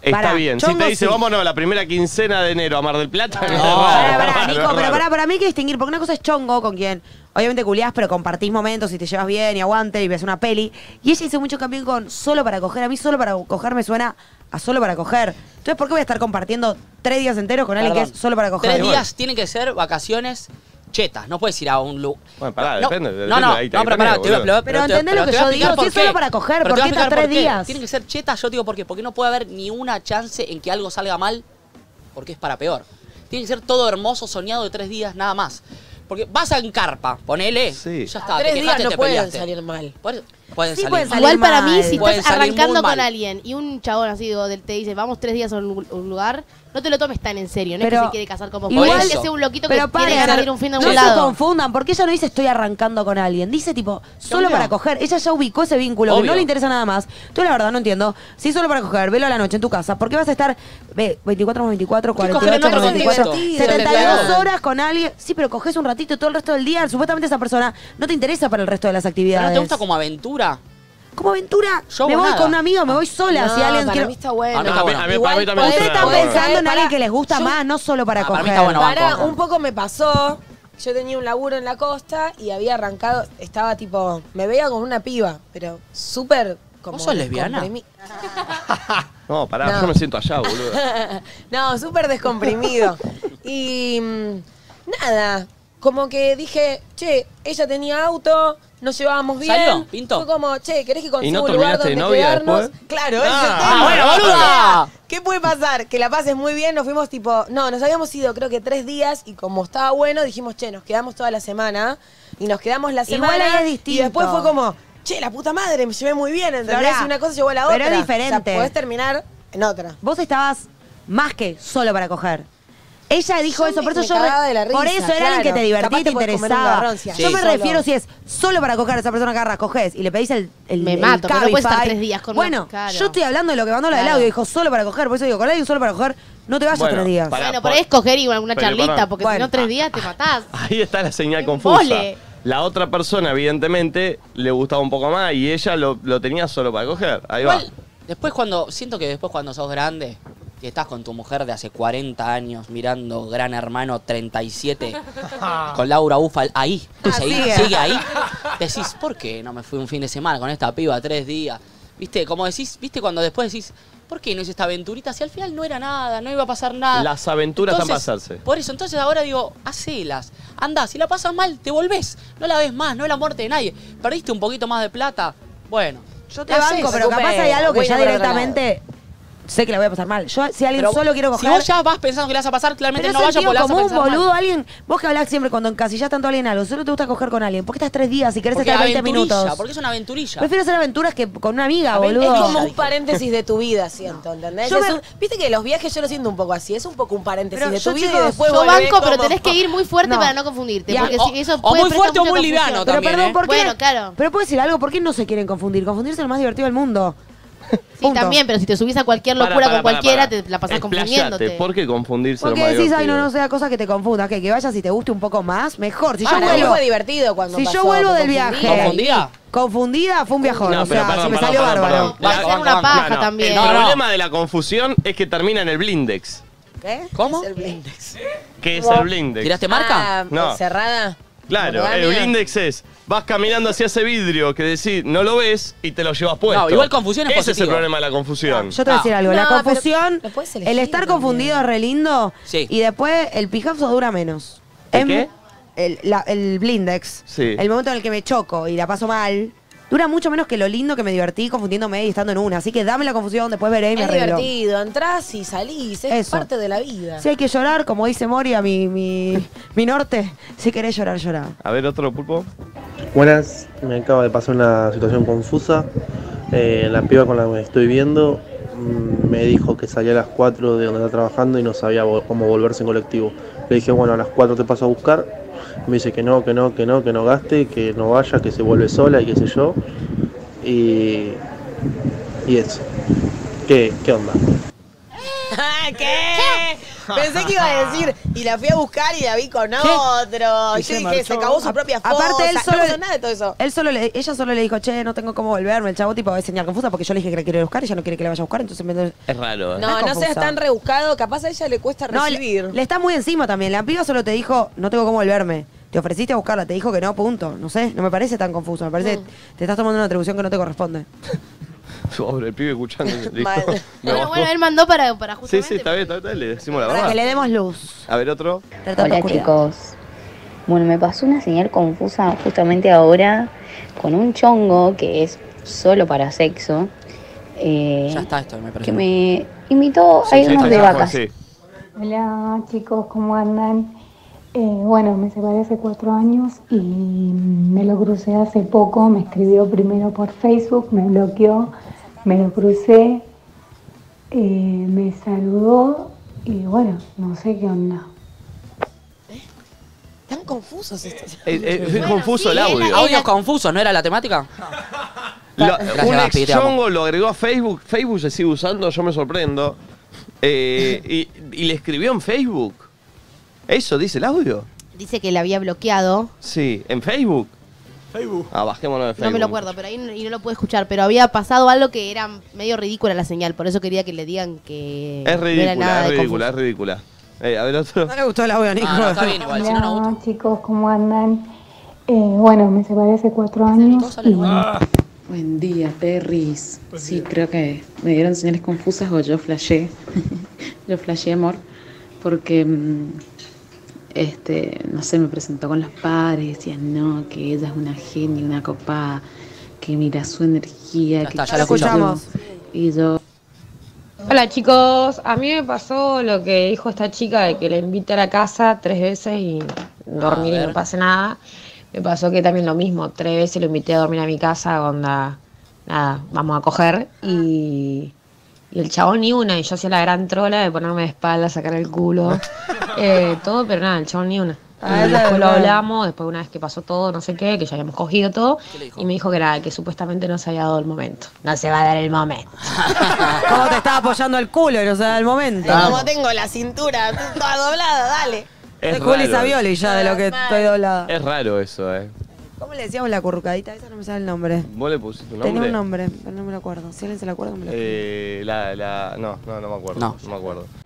está Pará, bien. Si chongo te dice, sí. vámonos la primera quincena de enero a Mar del Plata, no, Pará, Nico, pero pará, para mí hay que distinguir, porque una cosa es chongo con quien obviamente culiás, pero compartís momentos y te llevas bien y aguante y ves una peli. Y ella hizo mucho cambio con solo para coger. A mí solo para coger me suena a solo para coger. Entonces, ¿por qué voy a estar compartiendo tres días enteros con alguien Perdón. que es solo para coger? Tres días tienen que ser vacaciones chetas. No puedes ir a un lugar. Bueno, pará, no, depende, No, depende no, ahí, no, ahí pero tenés, pará, te voy a boludo. pero- Pero te- entendés lo te que voy a yo explicar digo, por si es solo qué. para coger, Pero ¿por te voy a qué estás explicar por tres días? Tienen que ser chetas, yo te digo por qué. Porque no puede haber ni una chance en que algo salga mal, porque es para peor. Tiene que ser todo hermoso, soñado de tres días, nada más. Porque vas a en carpa, ponele. Ya está, A tres te días quejaste, no te pueden peleaste. salir mal. Pueden, pueden Sí, salir pueden mal. salir Igual para mí, si Pueden estás salir muy arrancando mal. con alguien y un chabón así digo, del- te dice, vamos tres días a un lu- un lugar, no te lo tomes tan en serio. No es que Pero se quiere casar con vos. igual- Igual que sea un loquito que pero quiere paren, ganar ir un fin de no un se lado. confundan, porque ella no dice estoy arrancando con alguien. Dice tipo, solo Obvio. para coger. Ella ya ubicó ese vínculo, que Obvio. no le interesa nada más. Tú la verdad no entiendo. Si solo para coger, velo a la noche en tu casa. ¿Por qué vas a estar ve, 24 más 24, coger en 48 otro más 24, contexto? 72 Claro. horas con alguien? Sí, pero coges un ratito todo el resto del día. Supuestamente esa persona no te interesa para el resto de las ¿Pero actividades. no te gusta como aventura? Como aventura, Yo me vos voy nada. Ah. con un amigo, me voy sola. No, si alguien para quiero- mí está bueno. A mí está bueno. A mí- para mí también Ustedes está están bueno. pensando en Pará, alguien que les gusta más, no solo para coger. Ah, para mí está bueno, banco. Pará, un poco me pasó. Yo tenía un laburo en la costa y había arrancado, estaba tipo, me veía con una piba, pero súper como. ¿Vos sos lesbiana? descomprimi- No, pará, No. yo me siento allá, boludo. no, súper descomprimido. Y mm, nada, como que dije, che, ella tenía auto, nos llevábamos bien. Salió, pintó. Fue como, che, ¿querés que ¿Y consiga no un lugar terminaste de donde novia quedarnos? después? Claro, Ah, eso ah, bueno, boluda. ¿Qué puede pasar? Que la pases muy bien, nos fuimos tipo, no, nos habíamos ido creo que tres días y como estaba bueno, dijimos, che, nos quedamos toda la semana y nos quedamos la Igual semana. ahí es Y después distinto. fue como, che, la puta madre, me llevé muy bien, ¿entendés? Florá, Y una cosa llevó a la otra. pero es O sea, diferente. podés terminar en otra. Vos estabas más que solo para coger. Ella dijo Yo eso, por me- eso me yo. re- cagaba de la risa, por eso era alguien claro. que te divertía Capaz y te te podés comer un interesaba. garrón si Yo haces me solo. refiero si es solo para coger a esa persona que agarras, coges y le pedís el. el Me el mato, pero no puedes estar Cabify. tres días con una- Bueno, claro. yo estoy hablando de lo que mandó la del Claro. audio. Dijo solo para coger, por eso digo, con alguien solo para coger, no te vayas Bueno, tres días. pará, Bueno, por- por ahí es coger y alguna Pero charlita, pará. porque si Bueno. no tres días te matás. Ahí está la señal confusa. embole. La otra persona, evidentemente, le gustaba un poco más y ella lo, lo tenía solo para coger. Ahí Igual, después cuando. Siento que después cuando sos grande, que estás con tu mujer de hace 40 años mirando Gran Hermano 37 con Laura Ufal ahí. seguí- sigue. sigue. ahí. Decís, ¿por qué no me fui un fin de semana con esta piba tres días? Viste, como decís, viste cuando después decís, ¿por qué no hice esta aventurita? Si al final no era nada, no iba a pasar va. nada. Las aventuras Entonces, están pasarse. Por eso, entonces ahora digo, hacelas. Andá, si la pasas mal, te volvés. No la ves más, no es la muerte de nadie. Perdiste un poquito más de plata. Bueno. Yo te banco, pero capaz hay algo que ya directamente. Sé que la voy a pasar mal. Yo, si alguien solo quiero coger. Si vos ya vas pensando que la vas a pasar, claramente Pero no es el vayas tío por la vas a común, pasar mal. boludo, alguien, vos que hablás siempre cuando encasillas tanto a alguien en algo, solo te gusta coger con alguien. ¿Por qué estás tres días y querés Porque estar 20 aventurilla, minutos? Porque es una aventurilla. Prefiero hacer aventuras que con una amiga, Aven- boludo. Es como un paréntesis de tu vida, siento, ¿entendés? Yo Es me- un- Viste que los viajes yo lo siento un poco así, es un poco un paréntesis Pero de tu yo, vida chicos, y después yo volvés banco, pero como- tenés que ir muy fuerte para no confundirte, Ya. porque O- si eso o muy prestar fuerte o mucha muy confusión. liviano Pero también, perdón, ¿eh? ¿por qué? Bueno, claro. Pero puedo decir algo, ¿por qué no se quieren confundir? Confundirse es lo más divertido del mundo. Sí, también, pero si te subís a cualquier locura Para, para, con para, cualquiera, para. te la pasás Explayate, confundiéndote. ¿Por qué confundirse lo Porque más decís, ay, no, divertido? no sea cosa que te confunda, que, que vayas y te guste un poco más, mejor. Si yo Ahora, vuelvo, Ah, fue divertido cuando si yo pasó, vuelvo ¿te del viaje. confundí? ¿Confundida? Confundida fue un viajón, No, o pero sea, pará, se me pará, salió pará, bárbaro. pará. La- ser una paja No, no. también. El No, no. problema de la confusión es que termina en el blindex. ¿Qué? ¿Cómo? Es el blindex. ¿Qué es el blindex? ¿Tiraste marca? Ah, No. cerrada. Claro, Monogamia. el blindex es, vas caminando hacia ese vidrio que decís, no lo ves y te lo llevas puesto. No, igual confusión es Ese es positivo. Ah. el problema de la confusión. Yo te voy a decir algo, la No, pero confusión, lo puedes elegir el estar confundido es re lindo Sí. y después el pijazo dura menos. Em- qué? El, la- el blindex, Sí. el momento en el que me choco y la paso mal, dura mucho menos que lo lindo que me divertí confundiéndome y estando en una. Así que dame la confusión, después veré y me Es arreglo. divertido, entrás y salís, es Eso. parte de la vida. Si hay que llorar, como dice Moria, mi, mi, mi norte, si querés llorar, llorá. A ver, otro pulpo. Buenas, me acaba de pasar una situación confusa. Eh, la piba con la que me estoy viendo mm, me dijo que salía a las 4 de donde está trabajando y no sabía vo- cómo volverse en colectivo. Le dije, bueno, a las 4 te paso a buscar. Me dice que no, que no, que no, que no gaste, que no vaya, que se vuelve sola y qué sé yo. Y, y eso. ¿Qué, ¿Qué onda? ¿Qué? Pensé que iba a decir, y la fui a buscar y la vi con otro. Y Yo se dije, marchó. se acabó su propia foto. Aparte, él solo, no pasó nada de todo eso. Él solo le- ella solo le dijo, che, no tengo cómo volverme. El chavo tipo va a señal confusa porque yo le dije que la quiero ir a buscar y ella no quiere que la vaya a buscar. Entonces me- Es raro, ¿eh? No, no Está seas confusa. tan rebuscado, capaz a ella le cuesta No, le, recibir. le está muy encima también. La piba solo te dijo, no tengo cómo volverme. Te ofreciste a buscarla, te dijo que no, punto. No sé, no me parece tan confuso. Me parece que te estás tomando una atribución que no te corresponde. Pobre, el pibe escuchando. listo. Mal. Me Bueno, bajó. bueno, él mandó para, para Sí, justamente. sí, está bien, está bien, le decimos la Para verdad. que le demos luz. A ver, otro. Hola chicos. Bueno, me pasó una señal confusa justamente ahora con un chongo que es solo para sexo. eh, Ya está esto, me parece. que me invitó a irnos de vacas. Hola chicos, ¿cómo andan? Eh, bueno, me separé hace cuatro años y me lo crucé hace poco. Me escribió primero por Facebook, me bloqueó, me lo crucé, eh, me saludó y bueno, no sé qué onda. Están confusos estos. Eh, eh, es confuso el audio. Audios confusos, ¿no era la temática? Lo- Gracias, un Gaspi, ex te amo. chongo lo agregó a Facebook. Facebook se sigue usando, yo me sorprendo. Eh, y, y le escribió en Facebook. ¿Eso dice el audio? Dice que la había bloqueado. Sí, en Facebook. Facebook. Ah, bajémonos de Facebook. No me lo acuerdo, pero ahí no, y no lo pude escuchar. Pero había pasado algo que era medio ridícula la señal. Por eso quería que le digan que. Es no era nada ridícula, de es ridícula, es ridícula. Eh, a ver, otro. Ah, No le gustó el audio, Nico. Hola chicos, ¿cómo andan? Eh, bueno, me separé hace cuatro años y bueno, Buen día, Perris. sí, creo que me dieron señales confusas o yo flashé. yo flashé amor porque, mm, este, no sé, me presentó con los padres, decían, no, que ella es una genia, una copada, que mira su energía. que está, ya la qué sé yo". escuchamos. Y yo... Hola chicos, a mí me pasó lo que dijo esta chica de que la invité a la casa tres veces y dormir A y ver. no pasa nada. Me pasó que también lo mismo, tres veces lo invité a dormir a mi casa, onda, nada, vamos a coger y, y el chabón ni una, y yo hacía la gran trola de ponerme de espalda, sacar el culo, eh, todo, pero nada, el chabón ni una. Ah, Y esa después es lo verdad. hablamos, después una vez que pasó todo, no sé qué, que ya habíamos cogido todo, y me dijo que nada, que supuestamente no se había dado el momento. No se va a dar el momento. ¿Cómo te estaba apoyando el culo y no se da el momento? Como tengo la cintura toda doblada, dale. Es Juli raro. eh. Savioli ya de lo que estoy doblada. Es raro eso, ¿eh? ¿Cómo le decíamos la currucadita? Esa no me sale el nombre. ¿Vos le pusiste un nombre? Tenía un nombre, pero no me lo acuerdo. Si alguien se lo acuerda, me lo Eh, la, la, no, no, no me acuerdo. No. me acuerdo.